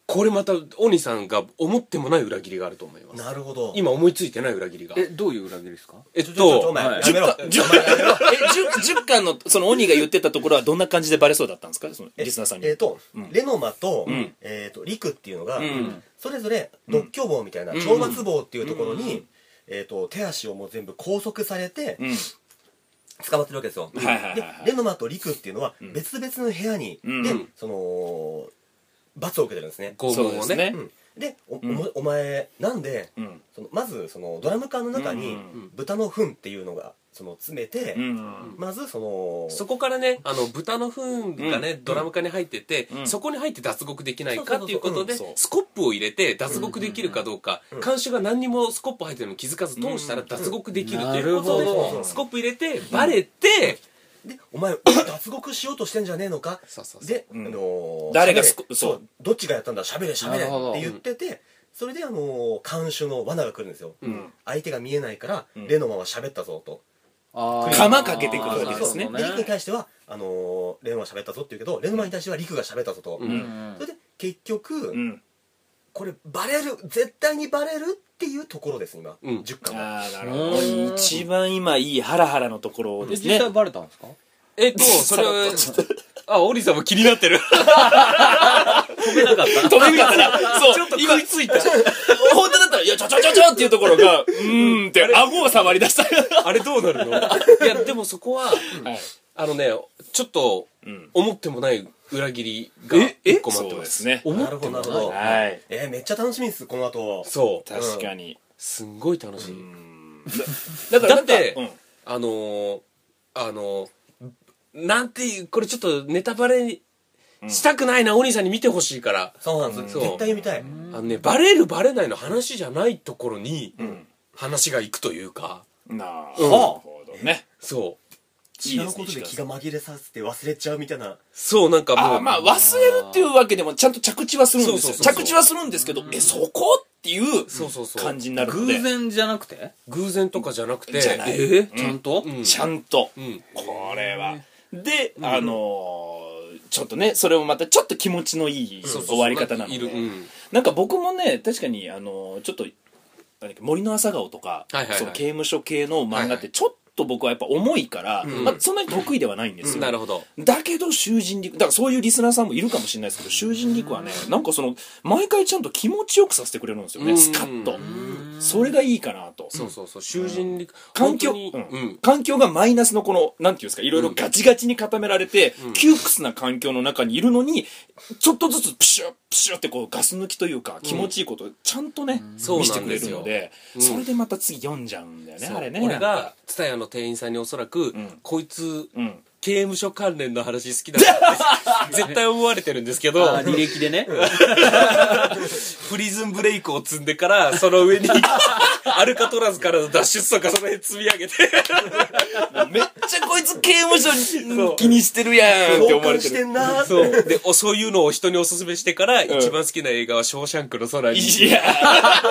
Speaker 1: これまた鬼さんが思ってもない裏切りがあると思います
Speaker 4: なるほど
Speaker 1: 今思いついてない裏切りが
Speaker 2: えどういう裏切りですか
Speaker 1: えっ
Speaker 4: ちょちょちょお
Speaker 1: と
Speaker 4: 前
Speaker 2: はい
Speaker 4: やめろ
Speaker 3: 10巻、 え、10 10巻の、その鬼が言ってたところはどんな感じでバレそうだったんですかその、
Speaker 4: え
Speaker 3: リスナーさんに。
Speaker 4: えっと
Speaker 3: うん
Speaker 4: レノマと
Speaker 3: ん
Speaker 4: えっとリクっていうのが
Speaker 3: ん
Speaker 4: それぞれ独居房みたいな
Speaker 3: うん
Speaker 4: 懲罰房っていうところにえっと手足をもう全部拘束されて
Speaker 3: うん。
Speaker 4: 捕まってるわけですよ
Speaker 3: はいはいはいはい
Speaker 4: でレノマとリクっていうのは別々の部屋に
Speaker 3: うん
Speaker 4: でその罰を受けてるんですね
Speaker 1: 拷問を
Speaker 3: そうですね
Speaker 1: ね
Speaker 4: うんでおおもお前なんで
Speaker 3: うん。
Speaker 4: そのまずそのドラム缶の中
Speaker 3: う
Speaker 4: に
Speaker 3: んうん
Speaker 1: うん
Speaker 4: 豚の糞っていうのがその詰めて、
Speaker 3: うん。
Speaker 4: まずその
Speaker 1: そこからね、あの、豚の糞がね、ドラム缶に入ってて、
Speaker 3: うん
Speaker 1: そこに入って脱獄できないかっていうことで、
Speaker 3: そうそうそううんそう
Speaker 1: スコップを入れて脱獄できるかどうか、
Speaker 4: ん
Speaker 1: 監修が何にもスコップ入ってるのに気づかず通したら脱獄できるということで、
Speaker 2: なる
Speaker 4: ほど
Speaker 1: スコップ入れて、バレて、
Speaker 4: でお前脱獄しようとしてんじゃねえのか
Speaker 1: そうそうそう
Speaker 4: で、
Speaker 3: うん
Speaker 4: あのー
Speaker 3: 誰
Speaker 4: 喋
Speaker 3: が
Speaker 4: れ
Speaker 3: すこそう
Speaker 4: そうどっちがやったんだ喋れ喋れ
Speaker 2: なるほど
Speaker 4: って言っててそれであのー監修の罠が来るんですよ、
Speaker 1: ん
Speaker 4: 相手が見えないから、
Speaker 3: ん
Speaker 4: レノマは喋ったぞと
Speaker 2: あー
Speaker 3: 釜かけてくるわけですね
Speaker 2: な
Speaker 4: で
Speaker 2: る
Speaker 4: リ
Speaker 2: ほ
Speaker 4: ク
Speaker 2: ど
Speaker 4: に対してはあのーレノマは喋ったぞって言うけどレノマに対してはリクが喋ったぞと、
Speaker 1: うん
Speaker 2: うん
Speaker 4: それで結局、
Speaker 3: うん。
Speaker 4: これバレる絶対にバレるっていうところです今、
Speaker 1: うん
Speaker 4: 10巻は
Speaker 3: ああ、なる
Speaker 2: るほ
Speaker 3: ほ
Speaker 2: ど
Speaker 3: ど。一番今いいハラハラのところ
Speaker 2: で
Speaker 3: です
Speaker 2: 実
Speaker 3: ね。
Speaker 2: 際バレたんですか
Speaker 1: えっと、それ、あ、オリさんも気になってる。
Speaker 2: 止めなかった
Speaker 3: 止めがら、そう、ちょっと食いついた。本当だったら、いや、ちょちょちょちょっていうところが、うーんって、顎を触り出した。は
Speaker 1: あれどうなるのいや、でもそこは、
Speaker 3: い。
Speaker 1: あのね、ちょっと
Speaker 3: ん、
Speaker 1: 思ってもない裏切りが一個待ってます。
Speaker 3: ね。
Speaker 2: 思
Speaker 4: なる
Speaker 2: っ
Speaker 4: ほ
Speaker 2: て
Speaker 4: ど
Speaker 2: も
Speaker 4: なるほ
Speaker 2: ない
Speaker 4: ど
Speaker 3: はい。
Speaker 4: えー、めっちゃ楽しみですこの後
Speaker 1: そう。
Speaker 3: 確かに。
Speaker 1: すんごい楽しい。
Speaker 3: だから
Speaker 1: だって
Speaker 3: なんか
Speaker 1: あのー、あのー、なんていう、これちょっとネタバレしたくないな、お兄さんに見てほしいから。
Speaker 4: そうなんです
Speaker 1: そう
Speaker 4: 絶対見たい
Speaker 1: あのね、バレるバレないの話じゃないところに、話が行くというか、
Speaker 3: うん。なあ。
Speaker 1: うん
Speaker 3: ほどね。
Speaker 1: そう。
Speaker 3: いい
Speaker 4: 違
Speaker 3: で
Speaker 4: う
Speaker 3: すね
Speaker 4: ことで気が紛れさせて忘れちゃうみたいな
Speaker 1: そう、なんかも
Speaker 3: あ
Speaker 1: う、
Speaker 3: まあ、忘れるっていうわけでも、ちゃんと着地はするんです
Speaker 1: そう
Speaker 3: よ。
Speaker 1: そうそう
Speaker 3: 着地はするんですけど、え、そこっていう
Speaker 1: そうそうそう
Speaker 3: 感じになるの
Speaker 2: 偶
Speaker 3: で。
Speaker 2: 然じゃなくて
Speaker 1: 偶然とかじゃなくて、
Speaker 3: じゃない
Speaker 1: え
Speaker 2: えちゃんと
Speaker 1: うん
Speaker 3: ちゃんと。
Speaker 1: うん
Speaker 3: これは。で、あのーちょっとね、それもまたちょっと気持ちのいい
Speaker 1: そうそう
Speaker 3: 終わり方なの
Speaker 1: いるう
Speaker 3: で。
Speaker 1: ん
Speaker 3: なんか僕もね、確かに、あのーちょっと、なんだっけ森の朝顔とか、
Speaker 1: はいはいはい
Speaker 3: その刑務所系の漫
Speaker 1: はいは
Speaker 3: 画
Speaker 1: い
Speaker 3: って、ちょっと僕はやっぱ重いから、
Speaker 1: ん
Speaker 3: まあ、そんなに得意ではないんですよ。
Speaker 1: なるほど。
Speaker 3: だけど囚人陸だからそういうリスナーさんもいるかもしれないですけど囚人陸はねなんかその毎回ちゃんと気持ちよくさせてくれるんですよね、
Speaker 1: うん
Speaker 3: スカッと
Speaker 1: う
Speaker 3: それがいいかなと
Speaker 1: そうそうそう囚人に
Speaker 3: 環境、
Speaker 1: 本当に
Speaker 3: う
Speaker 1: うんん
Speaker 3: 環境がマイナスのこの、なんていうんですか、いろいろガチガチに固められて、窮屈な環境の中にいるのに、ちょっとずつプシュッ、プシュッってこうガス抜きというか、気持ちいいこと、ちゃんとね、
Speaker 1: そう
Speaker 3: 見せ
Speaker 1: なん
Speaker 3: てくれ
Speaker 1: で
Speaker 3: る
Speaker 1: すよ
Speaker 3: ので、
Speaker 1: うん
Speaker 3: それでまた次読んじゃうんだよね、
Speaker 1: そう
Speaker 3: あれね。
Speaker 1: 俺
Speaker 3: なん
Speaker 1: が
Speaker 3: か、
Speaker 1: 蔦屋の店員さんにおそらく、
Speaker 3: ん
Speaker 1: こいつ、
Speaker 3: うん。
Speaker 1: 刑務所関連の話好きだなって絶対思われてるんですけど
Speaker 2: あー履歴でね。
Speaker 1: プリズンブレイクを積んでからその上に アルカトラズからの脱出とかその辺積み上げて
Speaker 3: めっちゃこいつ刑務所に気にしてるやんって
Speaker 4: 共
Speaker 3: 思わ
Speaker 4: 感
Speaker 3: れて
Speaker 4: して
Speaker 3: る。
Speaker 4: んなーって
Speaker 1: そうでおそういうのを人におすすめしてから、一番好きな映画は「ショーシャンクの空に」
Speaker 3: いや 確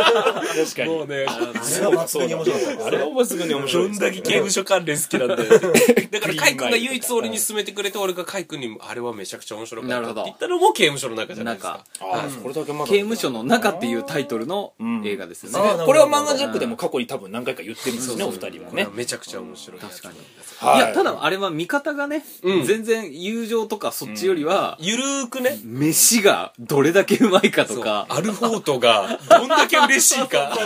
Speaker 3: か
Speaker 1: もう
Speaker 3: に。
Speaker 1: ね
Speaker 4: それは抜群に面白かった
Speaker 3: あ
Speaker 4: です
Speaker 3: れは
Speaker 4: ね
Speaker 3: もうすぐに面白
Speaker 1: ど
Speaker 3: いで
Speaker 1: ん
Speaker 3: す
Speaker 1: だ
Speaker 3: ね
Speaker 1: け刑務所関連好きなんだよだからカイ君が唯一俺に勧めてくれて俺がカイ君にもあれはめちゃくちゃ面白か
Speaker 2: な
Speaker 1: っ
Speaker 2: る
Speaker 1: た
Speaker 2: ほ
Speaker 1: って
Speaker 2: ど
Speaker 1: 言ったのも刑務所の中じゃないですか
Speaker 3: あーこれだけまだ
Speaker 2: 刑務所の中っていうタイトルの映画ですよね。
Speaker 4: あーなるほど
Speaker 3: これは漫画ジャックでも過去に多分何回か言ってるんですよね、お二人は
Speaker 1: これ
Speaker 3: ね
Speaker 1: は。めちゃくちゃ面白い
Speaker 2: 確かに。
Speaker 3: はい
Speaker 2: いや、た だあれは見方がね、
Speaker 1: うん
Speaker 2: 全然友情とかそっちよりは、
Speaker 1: ゆるーくね
Speaker 2: 飯がどれだけうまいかと
Speaker 1: そう
Speaker 2: か、
Speaker 1: アルフォートがどんだけ嬉しいか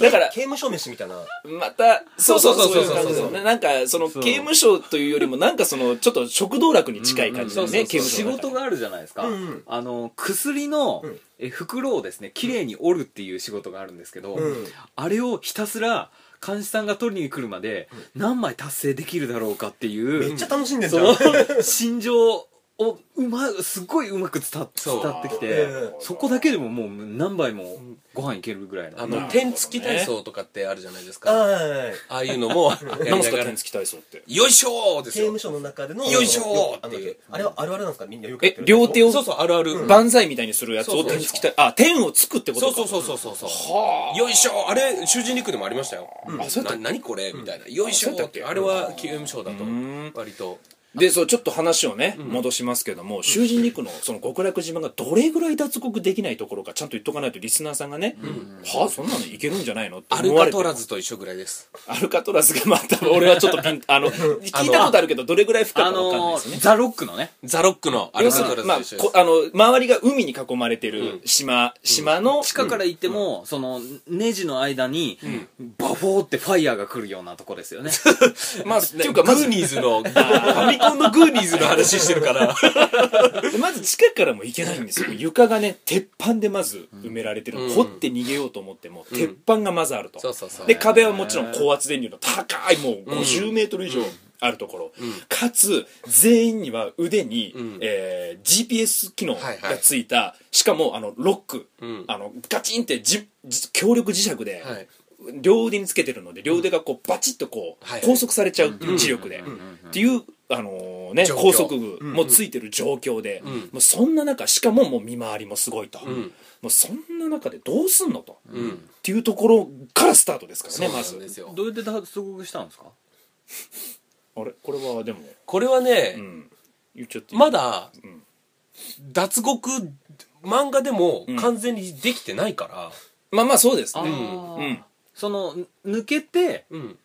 Speaker 3: だから
Speaker 4: 刑、務所飯みたいな
Speaker 3: また、そうそうそうそうそう
Speaker 1: そうそうそう
Speaker 3: そうなんか、その、
Speaker 2: そう
Speaker 3: 刑務所というよりも、なんかその、ちょっと食道楽に近い感じ
Speaker 2: そ
Speaker 3: で
Speaker 2: うそう
Speaker 3: ね、
Speaker 2: そ
Speaker 3: 刑
Speaker 2: う
Speaker 3: 務
Speaker 2: 仕
Speaker 3: 所
Speaker 2: 事
Speaker 3: の中
Speaker 2: があるじゃないですか、
Speaker 4: うんうん
Speaker 2: あの薬の、え袋をですね綺麗に折るっていう仕事があるんですけど、
Speaker 4: うん
Speaker 2: あれをひたすら監視さんが取りに来るまで何枚達成できるだろうかっていう
Speaker 4: めっちゃ楽しんでんじ
Speaker 2: そ
Speaker 4: ゃん
Speaker 2: の心情をうますっごいうまく伝わ
Speaker 1: そう
Speaker 2: 伝わってきて
Speaker 4: ええ
Speaker 2: そこだけでももう何杯もご飯いけるぐらい な
Speaker 1: あ
Speaker 2: の
Speaker 1: の天付き体操とかってあるじゃないですか、
Speaker 4: はい
Speaker 1: ああいうのもや
Speaker 3: 何
Speaker 1: りな
Speaker 3: すか、
Speaker 1: がら
Speaker 3: 天付き体操って。
Speaker 1: よいしょーで
Speaker 4: 刑
Speaker 1: すよ
Speaker 4: 務所の中での
Speaker 1: よいしょー
Speaker 4: あの
Speaker 1: っていう
Speaker 4: あれはあるあるなんですかみんなよくやっ
Speaker 3: え
Speaker 4: て、る
Speaker 3: 両手を
Speaker 1: そう、そうあるある、
Speaker 3: 万歳みたいにするやつ
Speaker 1: そ
Speaker 3: を
Speaker 1: うそう
Speaker 3: 天付き体、あ、天をつくってこと
Speaker 1: そう
Speaker 3: か。
Speaker 1: そう
Speaker 3: う。
Speaker 1: そうそうそうそうよいしょーあれ囚人陸でもありましたよ、
Speaker 3: あそうやっ
Speaker 1: な何これみたいなよいしょーってあれは刑務所だと割と
Speaker 3: で、そう、ちょっと話をね、戻しますけども、囚人陸の、その極楽島がどれぐらい脱獄できないところか、ちゃんと言っとかないと、リスナーさんがね、はそんなのいけるんじゃないのって
Speaker 1: アル
Speaker 3: 思わ
Speaker 1: カ
Speaker 3: れて
Speaker 1: ト
Speaker 3: る
Speaker 1: ラズと一緒ぐらいです
Speaker 3: アルカトラスがまた、俺はちょっとピン、あの、聞いたことあるけど、どれぐらい深い
Speaker 2: あ
Speaker 3: かわかんない
Speaker 2: の
Speaker 3: ですね。
Speaker 2: ザ・ロックのね
Speaker 1: ザ・ロックのア
Speaker 3: 要
Speaker 1: ル
Speaker 3: す
Speaker 1: カト
Speaker 3: る
Speaker 1: ラ
Speaker 3: に、まあ、
Speaker 1: ズと一緒で
Speaker 3: こ
Speaker 1: す、
Speaker 3: あの、周りが海に囲まれてる島、島の、
Speaker 2: 地下から行っても、そのネジの間に、バフォーってファイヤーが来るようなとこですよね
Speaker 3: まあ、っていうか、ま
Speaker 1: グ
Speaker 3: ず
Speaker 1: ー、ニーズのファミコンのグーニーズの話してるから
Speaker 3: まず地下からも行けないんですよ。床がね、鉄板でまず埋められてる。
Speaker 1: うん
Speaker 3: 掘って逃げようと思っても、鉄板がまずあると。
Speaker 1: そうそうそう
Speaker 3: で、壁はもちろん高圧電流の高い、もう50メートル以上。あるところ、かつ全員には腕に、
Speaker 1: ん
Speaker 3: えー GPS 機能が
Speaker 1: はいはい
Speaker 3: ついた、しかもあのロック、
Speaker 1: ん
Speaker 3: あのガチンってじじ強力磁石で、
Speaker 1: はい
Speaker 3: 両腕につけてるので両腕がこうバチッとこう
Speaker 1: はい
Speaker 3: 拘束されちゃうっていう磁力でっていう、あのーね、
Speaker 1: 状況
Speaker 3: 拘束具もついてる状況で、もうそんな中しかももう見回りもすごいと、もうそんな中でどうすんのと、っていうところからスタートですからね ま
Speaker 1: そ
Speaker 3: ず
Speaker 1: うなんですよ
Speaker 2: どうやって脱獄したんですか
Speaker 3: あれこれはでも、
Speaker 1: これはね、
Speaker 3: うん、言っちゃっていい
Speaker 1: まだ、
Speaker 3: ん
Speaker 1: 脱獄漫画でも完全にできてないから、
Speaker 3: まあまあそうです
Speaker 2: あ
Speaker 3: ね
Speaker 2: ー
Speaker 3: うん
Speaker 2: そのぬ抜けて
Speaker 1: うん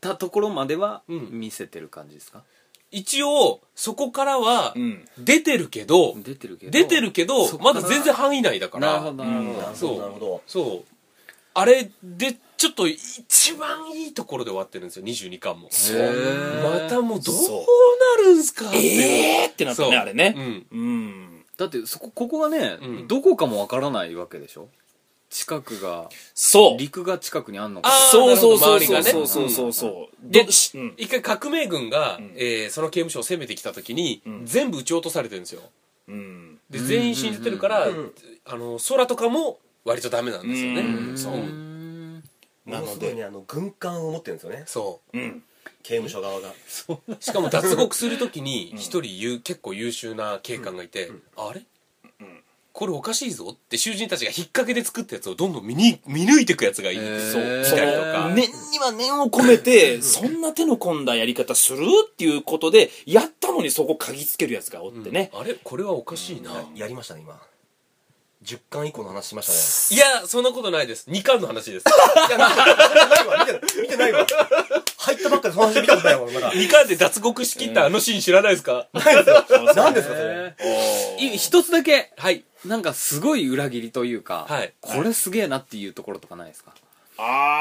Speaker 2: たところまでは
Speaker 1: うん
Speaker 2: 見せてる感じですか、
Speaker 1: 一応そこからは
Speaker 3: うん
Speaker 1: 出てるけど、
Speaker 2: 出てるけど
Speaker 1: 出てるけど
Speaker 2: そっか
Speaker 1: ま
Speaker 2: ら
Speaker 1: だ全然範囲内だから
Speaker 2: なるほどなるほど、
Speaker 4: なるほ
Speaker 1: そう
Speaker 4: どなるほど
Speaker 1: そうあれでちょっと一番いいところで終わってるんですよ22巻も
Speaker 3: そう
Speaker 2: へ
Speaker 1: ま
Speaker 2: ー
Speaker 1: たもうどう
Speaker 3: そ
Speaker 1: なるんすかって
Speaker 3: えーってなった
Speaker 1: そう
Speaker 3: ねあれね
Speaker 1: うん
Speaker 3: うん
Speaker 2: だってそこここがね、
Speaker 1: うん
Speaker 2: どこかもわからないわけでしょ近くが
Speaker 3: そう
Speaker 2: 陸が近くにあんのか
Speaker 1: あー
Speaker 3: そうそうそ
Speaker 1: な
Speaker 3: う
Speaker 1: るほど周りがね
Speaker 3: そうそうそうそう
Speaker 1: で
Speaker 3: どしうん
Speaker 1: 一回革命軍が、
Speaker 3: ん
Speaker 1: えーその刑務所を攻めてきた時に、
Speaker 3: ん
Speaker 1: 全部撃ち落とされてるんですよ
Speaker 3: うん
Speaker 1: で全員死んでてるから、
Speaker 4: うんうんうん
Speaker 1: あの空とかも割とダメなんですよね、
Speaker 3: うん
Speaker 1: そうう
Speaker 2: ーん
Speaker 4: ものすごいねあの軍艦を持ってるんですよね
Speaker 1: そ
Speaker 3: うん
Speaker 4: 刑務所側が
Speaker 1: うしかも脱獄するときに一人ゆう結構優秀な警官がいて、あれ、これおかしいぞって囚人たちが引っ掛けで作ったやつをどんどん見に見抜いていくやつがいい、
Speaker 2: へー
Speaker 3: そう
Speaker 1: 来たりと
Speaker 2: え
Speaker 1: か
Speaker 2: ー
Speaker 3: 念には念を込めてそんな手の込んだやり方するっていうことでやったのにそこ嗅ぎつけるやつがおってね、
Speaker 1: あれこれはおかしいな、
Speaker 4: やりましたね今10巻以降の話しまし
Speaker 1: いやそんなことないです2巻の話です
Speaker 4: た ねないわ見てない見てないわ入ったばっかでその話見たことないも んまだ
Speaker 1: 2巻で脱獄しきったあのシーン知らないですか、
Speaker 4: 何ですかそれ
Speaker 2: えーい一つだけ
Speaker 1: はい
Speaker 2: なんかすごい裏切りというか、
Speaker 1: はい
Speaker 2: これすげえなっていうところとかないですか、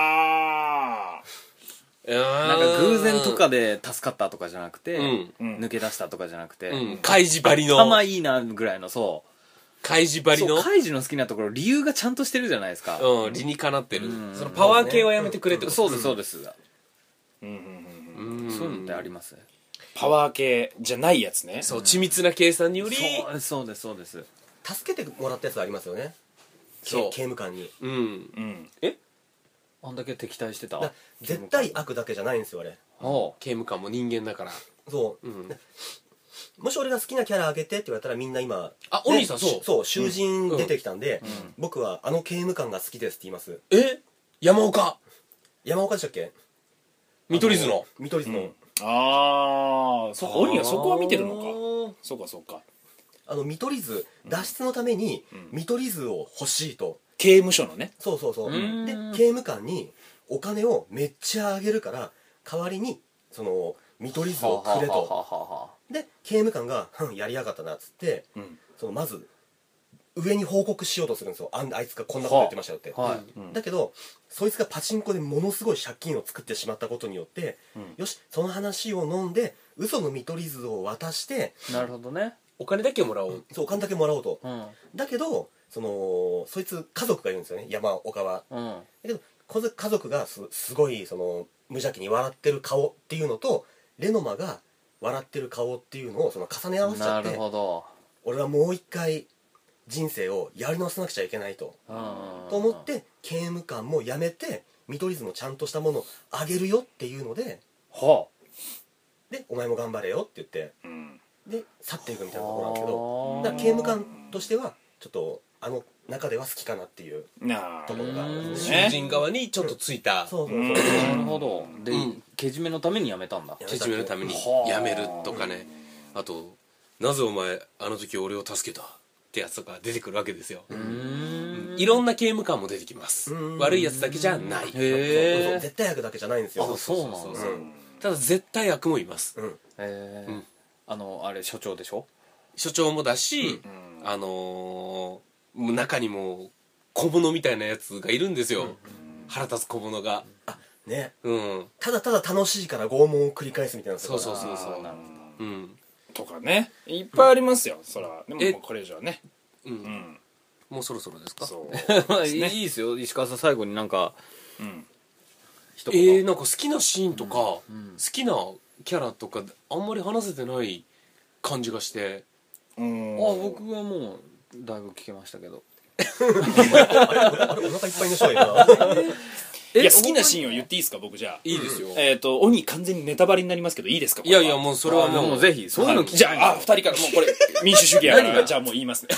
Speaker 3: ああ
Speaker 1: な
Speaker 2: なんか偶然とかで助かったとかじゃなくて、
Speaker 1: うん
Speaker 3: うん
Speaker 2: 抜け出したとかじゃなくて、
Speaker 1: うん開示張り
Speaker 2: たま
Speaker 1: の
Speaker 2: いいなぐらいのそう
Speaker 1: 開示張り
Speaker 2: そう
Speaker 1: の
Speaker 2: カイジの好きなところ理由がちゃんとしてるじゃないですか、
Speaker 1: うん理にかなってるそのパワー系はやめてくれってこと
Speaker 2: そうですそうです、
Speaker 3: うんうんうんうん
Speaker 1: うん
Speaker 2: そういうのってあります
Speaker 3: パワー系じゃないやつね
Speaker 1: そう緻密な計算により
Speaker 2: そうそうですそうです
Speaker 4: 助けてもらったやつありますよねけ
Speaker 1: そう
Speaker 4: 刑務官に
Speaker 1: うん
Speaker 3: うん
Speaker 2: あんだけ敵対してた
Speaker 4: だ絶対悪だけじゃないんですよあれ
Speaker 2: おう
Speaker 1: 刑務官も人間だから
Speaker 4: そう、
Speaker 1: ん
Speaker 4: もし俺が好きなキャラあげてって言われたらみんな今
Speaker 1: あ
Speaker 4: ね
Speaker 1: お兄さんそう
Speaker 4: しそう囚人出てきたんで、僕はあの刑務官が好きですって言います
Speaker 1: え山岡
Speaker 4: 山岡でしたっけ
Speaker 1: 見取り図の
Speaker 4: 見取り図の、
Speaker 3: ああそうか鬼はそこは見てる
Speaker 2: あ
Speaker 3: のか
Speaker 2: ー
Speaker 3: そうかそうか
Speaker 4: あの見取り図脱出のために見取り図を欲しいと
Speaker 3: 刑務所のね
Speaker 4: そうそうそう
Speaker 2: うん
Speaker 4: で刑務官にお金をめっちゃあげるから代わりにその見取り図をくれ
Speaker 2: はあは
Speaker 4: と
Speaker 2: あはあはあ
Speaker 4: で刑務官が「うんやりやがったな」っつって
Speaker 3: うん
Speaker 4: そのまず上に報告しようとするんですよあんあいつがこんなこと言ってましたよって、
Speaker 2: はい、
Speaker 3: うん
Speaker 4: だけどそいつがパチンコでものすごい借金を作ってしまったことによって、
Speaker 3: ん
Speaker 4: よしその話を飲んで嘘の見取り図を渡して
Speaker 2: なるほどね
Speaker 1: お金だけもらおう
Speaker 4: そうお金だけもらおうと、
Speaker 2: うん
Speaker 4: だけどそのそいつ家族がいるんですよね山岡は
Speaker 2: うん
Speaker 4: だけどこの家族がすすごいその無邪気に笑ってる顔っていうのとレノマが笑ってる顔っていうのをその重ね合わせちゃ
Speaker 2: な
Speaker 4: っ
Speaker 2: る
Speaker 4: て
Speaker 2: ほど
Speaker 4: 俺はもう一回人生をやり直さなくちゃいけないと
Speaker 2: うん
Speaker 4: と思って刑務官も辞めて見取り図もちゃんとしたものをあげるよっていうので
Speaker 2: は
Speaker 4: でお前も頑張れよって言って
Speaker 3: うん
Speaker 4: で去っていくみ
Speaker 2: あ
Speaker 4: たいなところなんですけど
Speaker 2: はあ
Speaker 4: だから刑務官としてはちょっとあの中では好きかなっていう
Speaker 3: なあ
Speaker 4: ところがあるんですね
Speaker 1: 囚人側にちょっとついた
Speaker 4: そうそう
Speaker 3: うん
Speaker 4: そう
Speaker 2: なるほどで、
Speaker 1: うん
Speaker 2: けじめのためにやめたんだ
Speaker 4: や
Speaker 1: けじめのために
Speaker 2: はあ
Speaker 1: やめるとかねあと「なぜお前あの時俺を助けた」ってやつとか出てくるわけですよ
Speaker 2: うーん
Speaker 1: いろんな刑務官も出てきます
Speaker 4: うん
Speaker 1: 悪いやつだけじゃない
Speaker 4: そうそう
Speaker 2: へえ
Speaker 4: 絶対役だけじゃないんです
Speaker 2: あ
Speaker 4: よ
Speaker 2: そうなんだ
Speaker 1: そうう
Speaker 4: う
Speaker 1: そ
Speaker 4: そうう
Speaker 1: ただ絶対悪もいます
Speaker 4: うん
Speaker 2: へえ
Speaker 1: うん
Speaker 2: あのあれ所長でしょ
Speaker 1: 所長もだし
Speaker 3: うん
Speaker 1: あのーもう中にも小物みたいなやつがいるんですよ腹立つ小物が
Speaker 4: ね
Speaker 1: うん
Speaker 4: ただただ楽しいから拷問を繰り返すみたいな
Speaker 1: そうそう
Speaker 4: う
Speaker 1: そうそ
Speaker 3: あーな
Speaker 1: う
Speaker 3: るほど
Speaker 1: うん
Speaker 3: とかねいっぱいありますよ、そらでも
Speaker 1: え
Speaker 3: もうこれ以上はね
Speaker 1: う
Speaker 3: うんん
Speaker 1: もうそろそろですか
Speaker 3: そう
Speaker 2: まあ
Speaker 3: すね
Speaker 2: いいですよ石川さん最後になんか
Speaker 3: うん
Speaker 2: 一言、
Speaker 1: えー、なんか好きなシーンとか、好きなキャラとかあんまり話せてない感じがして
Speaker 3: うん
Speaker 2: あ僕はもうだいぶ聞けましたけど
Speaker 4: あれお腹いっぱいの人がいるな
Speaker 3: いや好きなシーンを言っていいですか僕じゃあ
Speaker 1: いいですよ、
Speaker 3: えっ、と鬼完全にネタバレになりますけどいいですか
Speaker 1: いやいや
Speaker 3: う
Speaker 1: もうそ
Speaker 2: こ
Speaker 1: れ
Speaker 2: れ
Speaker 1: は
Speaker 2: は
Speaker 1: もう
Speaker 2: もうぜひそういうの聞き
Speaker 3: じ
Speaker 2: たい
Speaker 3: ゃああ二人からもうこれ民主主義やからじゃあもう言いますね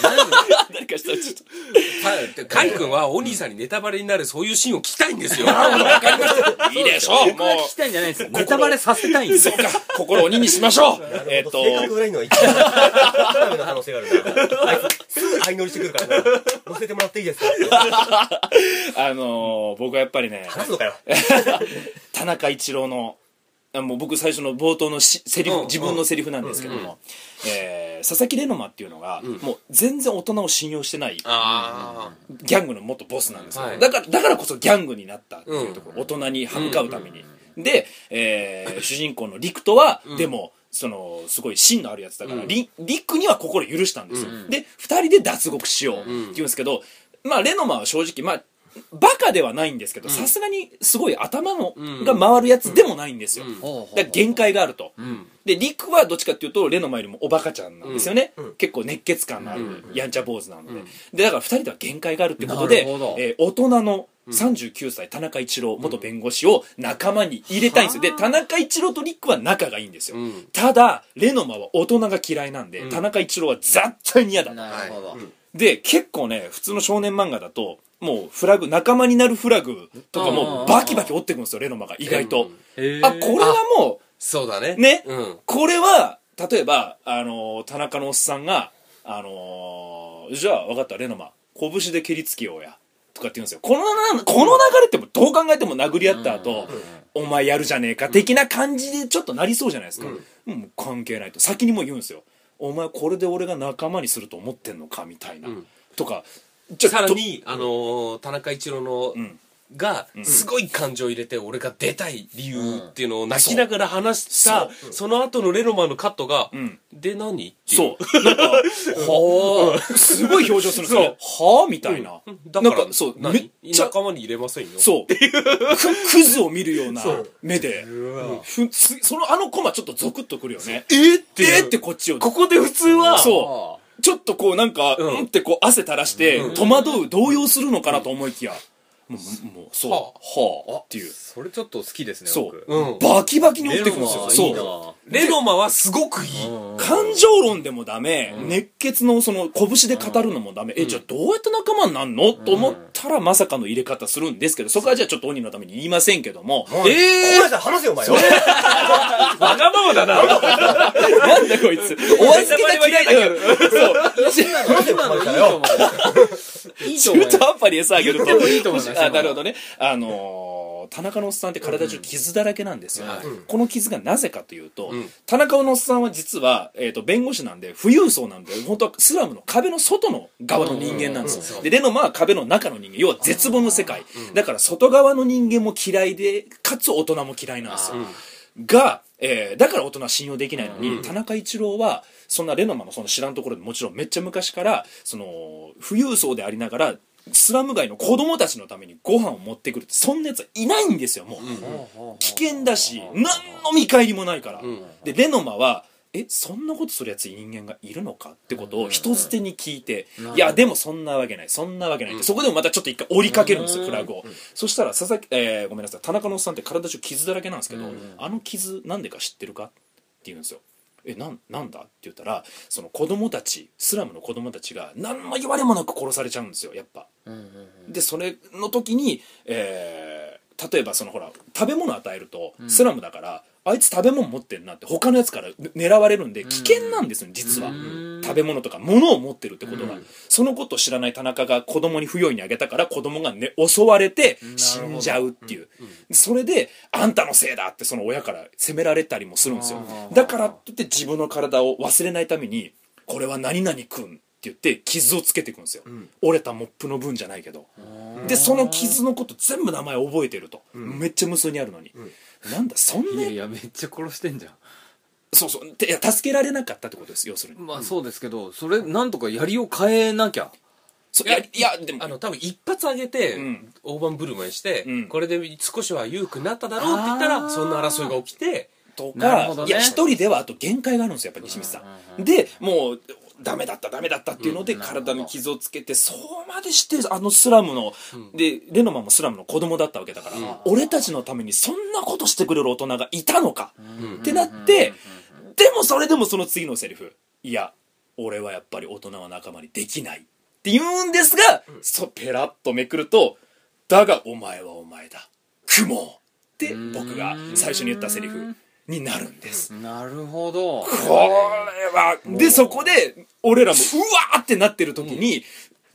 Speaker 3: 誰かしたらちょっと
Speaker 1: たカイ君はお兄さんにネタバレになるそういうシーンを聞きたいんですよ
Speaker 3: いいでしょうもう
Speaker 2: 聞きたいんじゃないですネタバレさせたいんです
Speaker 3: そうか心鬼にしましょうえ
Speaker 4: え
Speaker 3: っ
Speaker 4: っ
Speaker 3: と
Speaker 4: と性格裏いのは一番ダメな可能性があるなあいつすぐ相乗りしてくるからな乗せてもらっていいですか
Speaker 3: あのー僕はやっぱりね
Speaker 4: 話すのかよ
Speaker 3: 田中一郎のあもう僕最初の冒頭のしセリ
Speaker 1: うん
Speaker 3: フ自分のセリフなんですけども、えー佐々木レノマっていうのが、もう全然大人を信用してない
Speaker 1: ああ
Speaker 3: ギャングの元ボスなんですよ、
Speaker 1: はい
Speaker 3: だからだからこそギャングになったっていうところ、大人に歯向かうために、で、え ー主人公の陸とは、でもそのすごい芯のあるやつだから、り陸には心許したんですよ、で2人で脱獄しようって言うんですけど、まあレノマは正直まあバカではないんですけどさすがにすごい頭の、
Speaker 1: うん
Speaker 3: が回るやつでもないんですよ、
Speaker 1: うん
Speaker 2: ほうほうほう
Speaker 3: だから限界があると、
Speaker 1: うん
Speaker 3: でリクはどっちかっていうとレノマよりもおバカちゃんなんですよね、
Speaker 4: うんうん
Speaker 3: 結構熱血感のある、
Speaker 1: う
Speaker 3: やんちゃ坊主なので,、でだから2人では限界があるってこと
Speaker 2: な
Speaker 3: で、
Speaker 2: るほど
Speaker 3: えー大人の39歳田中一郎元弁護士を仲間に入れたいんですよ、で田中一郎とリックは仲がいいんですよ、
Speaker 1: うん
Speaker 3: ただレノマは大人が嫌いなんで、
Speaker 1: うん
Speaker 3: 田中一郎は絶対に嫌だ
Speaker 2: なるほど、
Speaker 3: で結構ね普通の少年漫画だともうフラグ仲間になるフラグとかもバキバキ折ってくんですよレノマが意外と、
Speaker 2: へえ
Speaker 3: あこれはもう
Speaker 1: そうだね
Speaker 3: ね
Speaker 1: うん
Speaker 3: これは例えば、あのー田中のおっさんが、あのーじゃあ分かったレノマ拳で蹴りつけようやとかって言うんですよこのなこの流れってもうどう考えても殴り合った後、お前やるじゃねえか的な感じでちょっとなりそうじゃないですか、うんもう関係ないと先にもう言うんですよお前これで俺が仲間にすると思ってんのかみたいな、
Speaker 1: ん
Speaker 3: とかじ
Speaker 1: さら
Speaker 3: ど
Speaker 1: にあのー田中一郎の
Speaker 3: うん
Speaker 1: がすごい感情を入れて俺が出たい理由っていうのを泣きながら話した、その後のレノマンのカットが「
Speaker 3: ん
Speaker 1: で何?」っていう
Speaker 3: そう。 なんか、はぁ、すごい表情するんですよ。はぁみたいな。
Speaker 1: だから
Speaker 3: なんか、そう、めっ
Speaker 1: 何
Speaker 3: ちゃ、
Speaker 1: 仲間に入れませんよ
Speaker 3: そう。く クズを見るような
Speaker 4: そう
Speaker 3: 目で。ふすその、あのコマちょっとゾクッとくるよね。
Speaker 1: えっ
Speaker 3: で
Speaker 1: て
Speaker 3: ってこっちを。
Speaker 1: ここで普通は
Speaker 3: そう。ちょっとこうなんか、
Speaker 1: ん
Speaker 3: うんってこう汗垂らして、戸惑う、動揺するのかなと思いきや。もう、もう、そう。
Speaker 1: は
Speaker 3: はぁっていう。
Speaker 5: それちょっと好きですね
Speaker 3: そう
Speaker 5: 僕
Speaker 1: うん
Speaker 3: バキバキに追ってくるんです
Speaker 5: あ
Speaker 3: よ。
Speaker 5: ー
Speaker 3: そう。
Speaker 5: いいな
Speaker 1: レノマはすごくいい、
Speaker 3: 感情論でもダメ、熱血のその拳で語るのもダメ、えじゃあどうやって仲間になんの、と思ったらまさかの入れ方するんですけどそこはじゃあちょっと鬼のために言いませんけども、
Speaker 4: ええ話せよお前は
Speaker 1: わがままだな
Speaker 3: なんだこいつ お預けが嫌いだから
Speaker 5: いいと思いま
Speaker 4: 話せよお前からよ
Speaker 3: 中
Speaker 5: す
Speaker 3: 途半端に餌あげると
Speaker 5: いいと思います
Speaker 3: あなるほどねあのー田中のおっさんって体中傷だらけなんですよ、この傷がなぜかというと、
Speaker 1: ん
Speaker 3: 田中のおっさんは実は、えー、と弁護士なんで富裕層なんで本当はスラムの壁の外の側の人間なんですよ、でレノマは壁の中の人間要は絶望の世界、だから外側の人間も嫌いでかつ大人も嫌いなんですよ、が、えーだから大人は信用できないのに、田中一郎はそんなレノマのその知らんところでもちろんめっちゃ昔からその富裕層でありながらスラム街の子供たちのためにご飯を持ってくるってそんなやつはいないんですよもう、危険だし何の見返りもないから、でレノマはえそんなことするやつ人間がいるのかってことを人捨てに聞いて、いやでもそんなわけないそんなわけないって、そこでもまたちょっと一回折りかけるんですよ、フラグを、そしたら佐々木、えーごめんなさい田中のおっさんって体中傷だらけなんですけど、あの傷なんでか知ってるかって言うんですよえなんなんだって言ったらその子供たちスラムの子供たちが何の言われもなく殺されちゃうんですよやっぱでそれの時に、えー例えばそのほら食べ物与えるとスラムだから、あいつ食べ物持ってんなって他のやつから狙われるんで危険なんですよ実は、食べ物とか物を持ってるってことが、そのことを知らない田中が子供に不用意にあげたから子供がね襲われて死んじゃうっていう、それであんたのせいだってその親から責められたりもするんですよだからって言って自分の体を忘れないためにこれは何々くんって言って傷をつけていくんですよ、折れたモップの分じゃないけど、でその傷のこと全部名前覚えてると、めっちゃ無数にあるのに、なんだそん
Speaker 5: い
Speaker 3: な
Speaker 5: やいやめっちゃ殺してんじゃん
Speaker 3: そうそうていや助けられなかったってことです要するに、
Speaker 5: まあそうですけどそれなんとか槍を変えなきゃ
Speaker 3: そういやいやでも
Speaker 1: あの多分一発上げて、
Speaker 3: うん
Speaker 1: 大盤振る舞いして、
Speaker 3: うん
Speaker 1: これで少しは裕福になっただろうって言ったらそんな争いが起きて
Speaker 3: と
Speaker 5: なる
Speaker 3: か、
Speaker 5: ほどね
Speaker 3: いや一人ではあと限界があるんですよやっぱ西光さん,、でもうダメだったダメだったっていうので体に傷をつけて、そうまでしてあのスラムの、でレノマもスラムの子供だったわけだから、俺たちのためにそんなことしてくれる大人がいたのか、ってなって、でもそれでもその次のセリフいや俺はやっぱり大人は仲間にできないって言うんですが、そペラッとめくると「だがお前はお前だ雲を」って僕が最初に言ったセリフになるんです、
Speaker 5: なるほど
Speaker 3: これはでそこで俺らもうわーってなってる時に、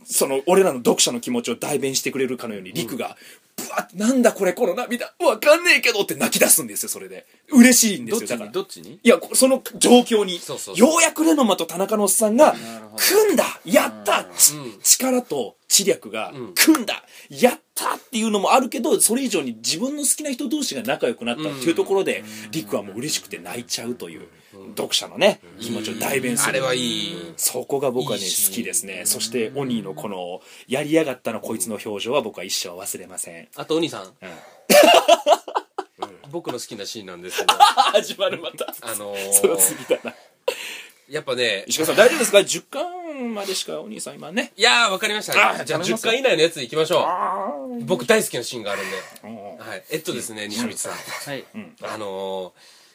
Speaker 3: その俺らの読者の気持ちを代弁してくれるかのようにリクが「ぶわってなんだこれこの涙わかんねえけど」って泣き出すんですよそれで嬉しいんで
Speaker 5: どっ
Speaker 3: す
Speaker 5: ち
Speaker 3: よだから
Speaker 5: にどっちに
Speaker 3: いや、その状況に、
Speaker 1: そうそう
Speaker 3: ようやくレノマと田中のおっさんが、組んだやった、ち力と知略が、組んだやったっていうのもあるけど、それ以上に自分の好きな人同士が仲良くなったっていうところで、リクはもう嬉しくて泣いちゃうという、読者のね、気持ちを代弁する。
Speaker 1: あれはいい
Speaker 3: そこが僕はね、
Speaker 1: いいシーン
Speaker 3: 好きですね。そして、オニーのこの、やりやがったのこいつの表情は僕は一生忘れま せん。
Speaker 1: あとお兄さん、僕の好きなシーンなんですけど
Speaker 3: 始まるまた。
Speaker 1: あの
Speaker 3: その次
Speaker 1: ー、
Speaker 3: だな。
Speaker 1: やっぱね
Speaker 3: 石川さん大丈夫ですか ?10 巻までしかお兄さん今ね。
Speaker 1: いやーわかりました
Speaker 3: あ
Speaker 1: じゃあ
Speaker 3: 頼みま
Speaker 1: 10
Speaker 3: すよ
Speaker 1: 巻以内のやついきましょう僕大好きなシーンがあるんで、はい、えっとですね西光さん
Speaker 5: はい
Speaker 1: あのー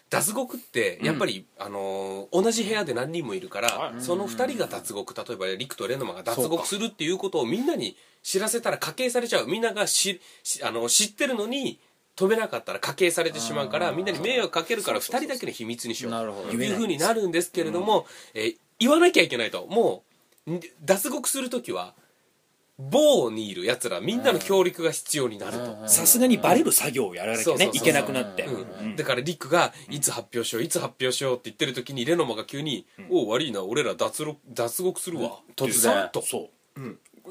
Speaker 1: 脱獄ってやっぱり、あのー同じ部屋で何人もいるから、その2人が脱獄例えばリクとレノマが脱獄するっていうことをみんなに知らせたら課刑されちゃうみんながししあの知ってるのに止めなかったら課刑されてしまうからみんなに迷惑かけるから2人だけの秘密にしよう
Speaker 5: なるほど
Speaker 1: というふうになるんですけれども、えー言わなきゃいけないともうん脱獄する時は某にいるやつらみんなの協力が必要になると。
Speaker 3: さすがにバレる作業をやらなき
Speaker 1: そう
Speaker 3: ゃ
Speaker 1: そうそ
Speaker 3: ね
Speaker 1: う
Speaker 3: いけなくなって、
Speaker 1: うん
Speaker 3: うん
Speaker 1: だからリックがいつ発表しよういつ発表しようって言ってる時にレノマが急に「おう悪いな俺ら脱獄脱獄するわ」
Speaker 3: 突然
Speaker 1: さっと
Speaker 3: そう、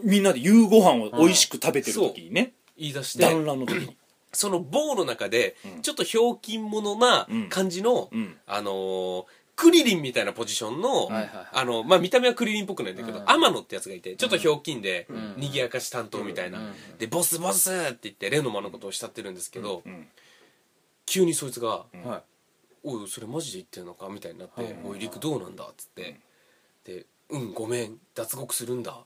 Speaker 3: みんなで夕ご飯を美味しく食べてる時にね、
Speaker 1: 言い出して
Speaker 3: 団らんの時に
Speaker 1: その棒の中でちょっとひょうきん者な感じの、
Speaker 3: うん
Speaker 1: あのークリリンみたいなポジションの、
Speaker 5: はいはいはい
Speaker 1: あの、まあ、見た目はクリリンっぽくないんだけど、
Speaker 5: うん
Speaker 1: 天野ってやつがいて、ちょっとひょうきんで、
Speaker 5: ん
Speaker 1: 賑やかし担当みたいな、
Speaker 5: うん
Speaker 1: で、ボスボスって言って、レノマのことを慕ってるんですけど、
Speaker 3: うん
Speaker 1: 急にそいつ
Speaker 5: は
Speaker 1: が、
Speaker 5: い
Speaker 1: おいそれマジで言ってんのかみたいになって
Speaker 3: はい
Speaker 1: 「おい陸どうなんだ」っつって「でうんごめん脱獄するんだ」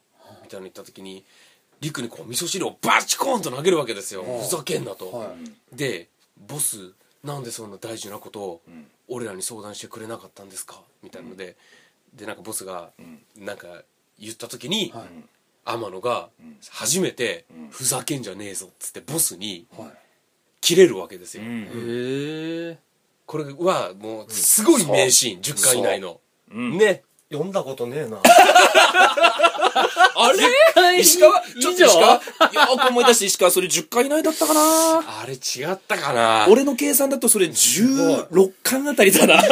Speaker 1: みたいなの言った時に陸にこう味噌汁をバチコーンと投げるわけですよふざけんなと
Speaker 5: は
Speaker 1: で「ボスなんでそんな大事なことを
Speaker 3: ん
Speaker 1: 俺らに相談してくれなかったんですか?」みたいなのででなんかボスが
Speaker 3: ん
Speaker 1: なんか言った時に
Speaker 5: はい
Speaker 1: 天野が
Speaker 3: ん
Speaker 1: 初めて
Speaker 3: うん
Speaker 1: 「ふざけんじゃねえぞ」っつってボスに
Speaker 5: はい
Speaker 1: 切れるわけです
Speaker 3: う
Speaker 1: よ
Speaker 3: ん
Speaker 5: へえ
Speaker 1: これはもうすごい名シーン10回以内の
Speaker 3: うん
Speaker 1: ね
Speaker 4: 読んだことねえな
Speaker 1: あれ
Speaker 3: 石川
Speaker 5: 以上
Speaker 3: ちょっと石川よーく思い出して石川それ10回以内だったかな
Speaker 1: あれ違ったかな
Speaker 3: 俺の計算だとそれ16巻あたりだな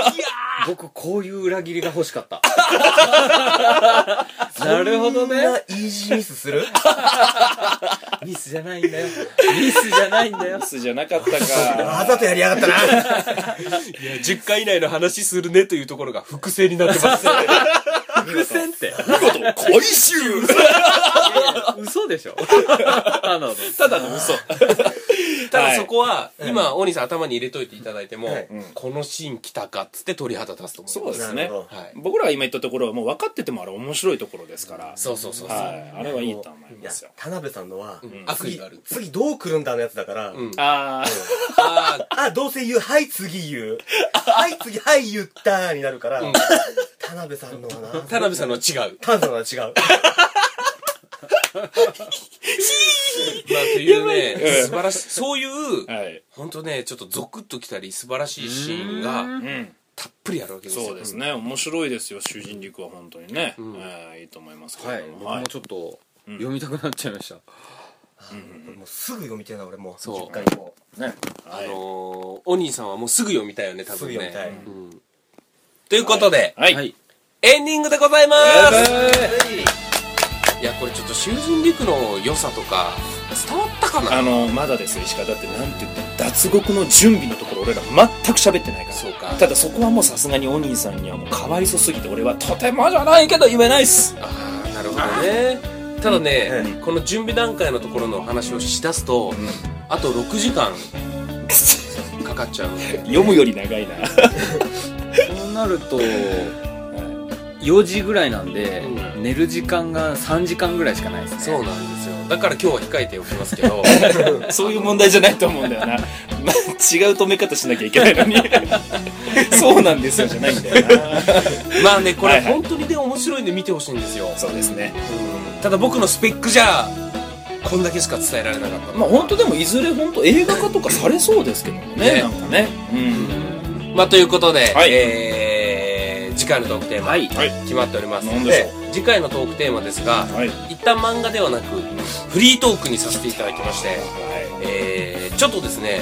Speaker 2: 僕こういう裏切りが欲しかったなるほど
Speaker 4: そんな
Speaker 2: ね
Speaker 4: イージーミスする
Speaker 2: ミスじゃないんだよミスじゃないんだよ
Speaker 3: ミスじゃなかったか
Speaker 4: わざとやりやがったな
Speaker 1: いや10回以内の話するねというところが複製になってます
Speaker 2: 伏線って
Speaker 3: 見事回収
Speaker 2: 嘘で しょなので
Speaker 3: ただの嘘
Speaker 1: ただそこは今大西さん頭に入れといていただいても
Speaker 4: はい
Speaker 1: このシーン来たかっつって鳥肌立つと思います
Speaker 3: そうですね
Speaker 4: なるほ
Speaker 1: はい
Speaker 3: 僕らが今言ったところはもう分かっててもあれ面白いところですから
Speaker 1: そうそうそうそう
Speaker 3: はいあれはいいと思い
Speaker 4: いや
Speaker 3: ますよ
Speaker 4: 田辺さんのは、
Speaker 1: ん悪意
Speaker 4: 次
Speaker 1: がある
Speaker 4: 次どう来るんだのやつだから、
Speaker 1: うん
Speaker 3: あ
Speaker 1: あ
Speaker 3: あ
Speaker 1: ー
Speaker 4: あどうせ言うはい次 言うはい次はい言ったになるから、田辺さんのはな
Speaker 1: 田辺さんのは違う
Speaker 4: 田辺さんのは違う
Speaker 1: まあというね素晴らしいそういう
Speaker 3: はい
Speaker 1: 本当ねちょっとゾクッときたり素晴らしいシーンが
Speaker 3: うん
Speaker 1: たっぷりあるわけですよ
Speaker 3: そうですね面白いですよ囚人陸は本当にねえーいいと思いますけ
Speaker 5: は
Speaker 3: れ
Speaker 5: い
Speaker 3: ど
Speaker 5: 僕
Speaker 3: もはい
Speaker 5: もちょっと読みたくなっちゃいました
Speaker 4: もうすぐ読みたいな俺もう
Speaker 1: そう
Speaker 4: 10回も
Speaker 1: あのーお兄さんはもうすぐ読みたいよね多
Speaker 4: すぐ
Speaker 1: 分
Speaker 4: 読みたい、
Speaker 1: ねということで
Speaker 3: はい
Speaker 5: はい
Speaker 1: エンディングでございます
Speaker 4: はい
Speaker 1: いやこれちょっと囚人陸の良さとか伝わったかな
Speaker 3: あのまだですよ石川だってなんて言っても脱獄の準備のところ俺ら全く喋ってないから
Speaker 1: そうか
Speaker 3: ただそこはもうさすがにお兄さんにはもうかわいそすぎて俺はとてもじゃないけど言えないっす
Speaker 1: あーなるほどねただね、
Speaker 4: う
Speaker 1: この準備段階のところのお話をしだすと、あと6時間かかっちゃう
Speaker 3: 読むより長いな
Speaker 5: そうなると4時ぐらいなんで
Speaker 1: う
Speaker 5: 寝る時間が3時間ぐらいしかないですね
Speaker 1: そうなんですよだから今日は控えておきますけ ど
Speaker 3: そういう問題じゃないと思うんだよな、まあ、違う止め方しなきゃいけないのにそうなんですよじゃないんだよな
Speaker 1: まあねこ
Speaker 3: は
Speaker 1: れ
Speaker 3: いはい
Speaker 1: 本当にね面白いんで見てほしいんですよ、
Speaker 3: そうですね
Speaker 1: ただ僕のスペックじゃこんだけしか伝えられなかった
Speaker 3: まあ本当でもいずれ本当映画化とかされそうですけどね
Speaker 1: ね
Speaker 3: なんかねうん
Speaker 1: まあということで、
Speaker 3: はい
Speaker 1: えー次回のトークテーマ、
Speaker 5: はい
Speaker 1: 決まっております
Speaker 3: なん
Speaker 1: の
Speaker 3: でし
Speaker 1: で
Speaker 3: ょ
Speaker 1: 次回のトークテーマですが
Speaker 3: はい
Speaker 1: 一旦漫画ではなくフリートークにさせていただきまして、
Speaker 3: は
Speaker 1: えーちょっとです
Speaker 3: い、
Speaker 1: ね、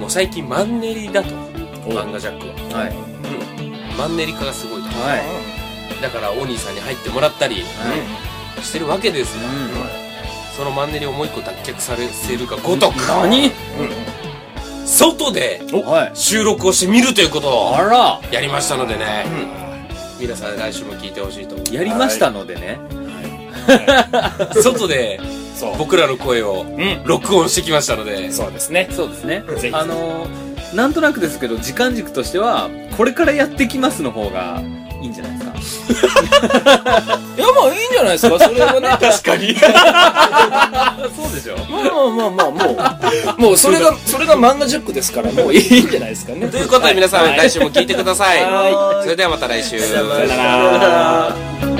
Speaker 1: もう最近マンネリだと漫画ジャックは、
Speaker 5: はい
Speaker 1: うん、マンネリ化がすごいと
Speaker 5: はい
Speaker 1: だからオニーさんに入ってもらったりしてるわけですよ、そのマンネリをもう一個脱却されせるかごとく
Speaker 5: 何
Speaker 1: 外で
Speaker 5: はい
Speaker 1: 収録をしてみるということを
Speaker 5: あら
Speaker 1: やりましたのでね、皆さん来週も聞いてほしいと思います
Speaker 5: やりましたのでね
Speaker 1: 外で
Speaker 3: そう
Speaker 1: 僕らの声を
Speaker 3: うん
Speaker 1: 録音してきましたので
Speaker 3: そうですね
Speaker 5: そうですね
Speaker 3: ぜひ
Speaker 5: あのーなんとなくですけど時間軸としてはこれからやってきますの方がいいんじゃないですか
Speaker 3: いやまあいいんじゃないですかそれはね 確かに
Speaker 5: そうでしょ
Speaker 3: まあまあまあまあもうもうそれがそれが漫画ジャックですからもういいんじゃないですかね
Speaker 1: ということで皆さん
Speaker 3: はい
Speaker 1: 来週も聞いてください
Speaker 3: はい
Speaker 1: それではまた来 週
Speaker 3: さよなら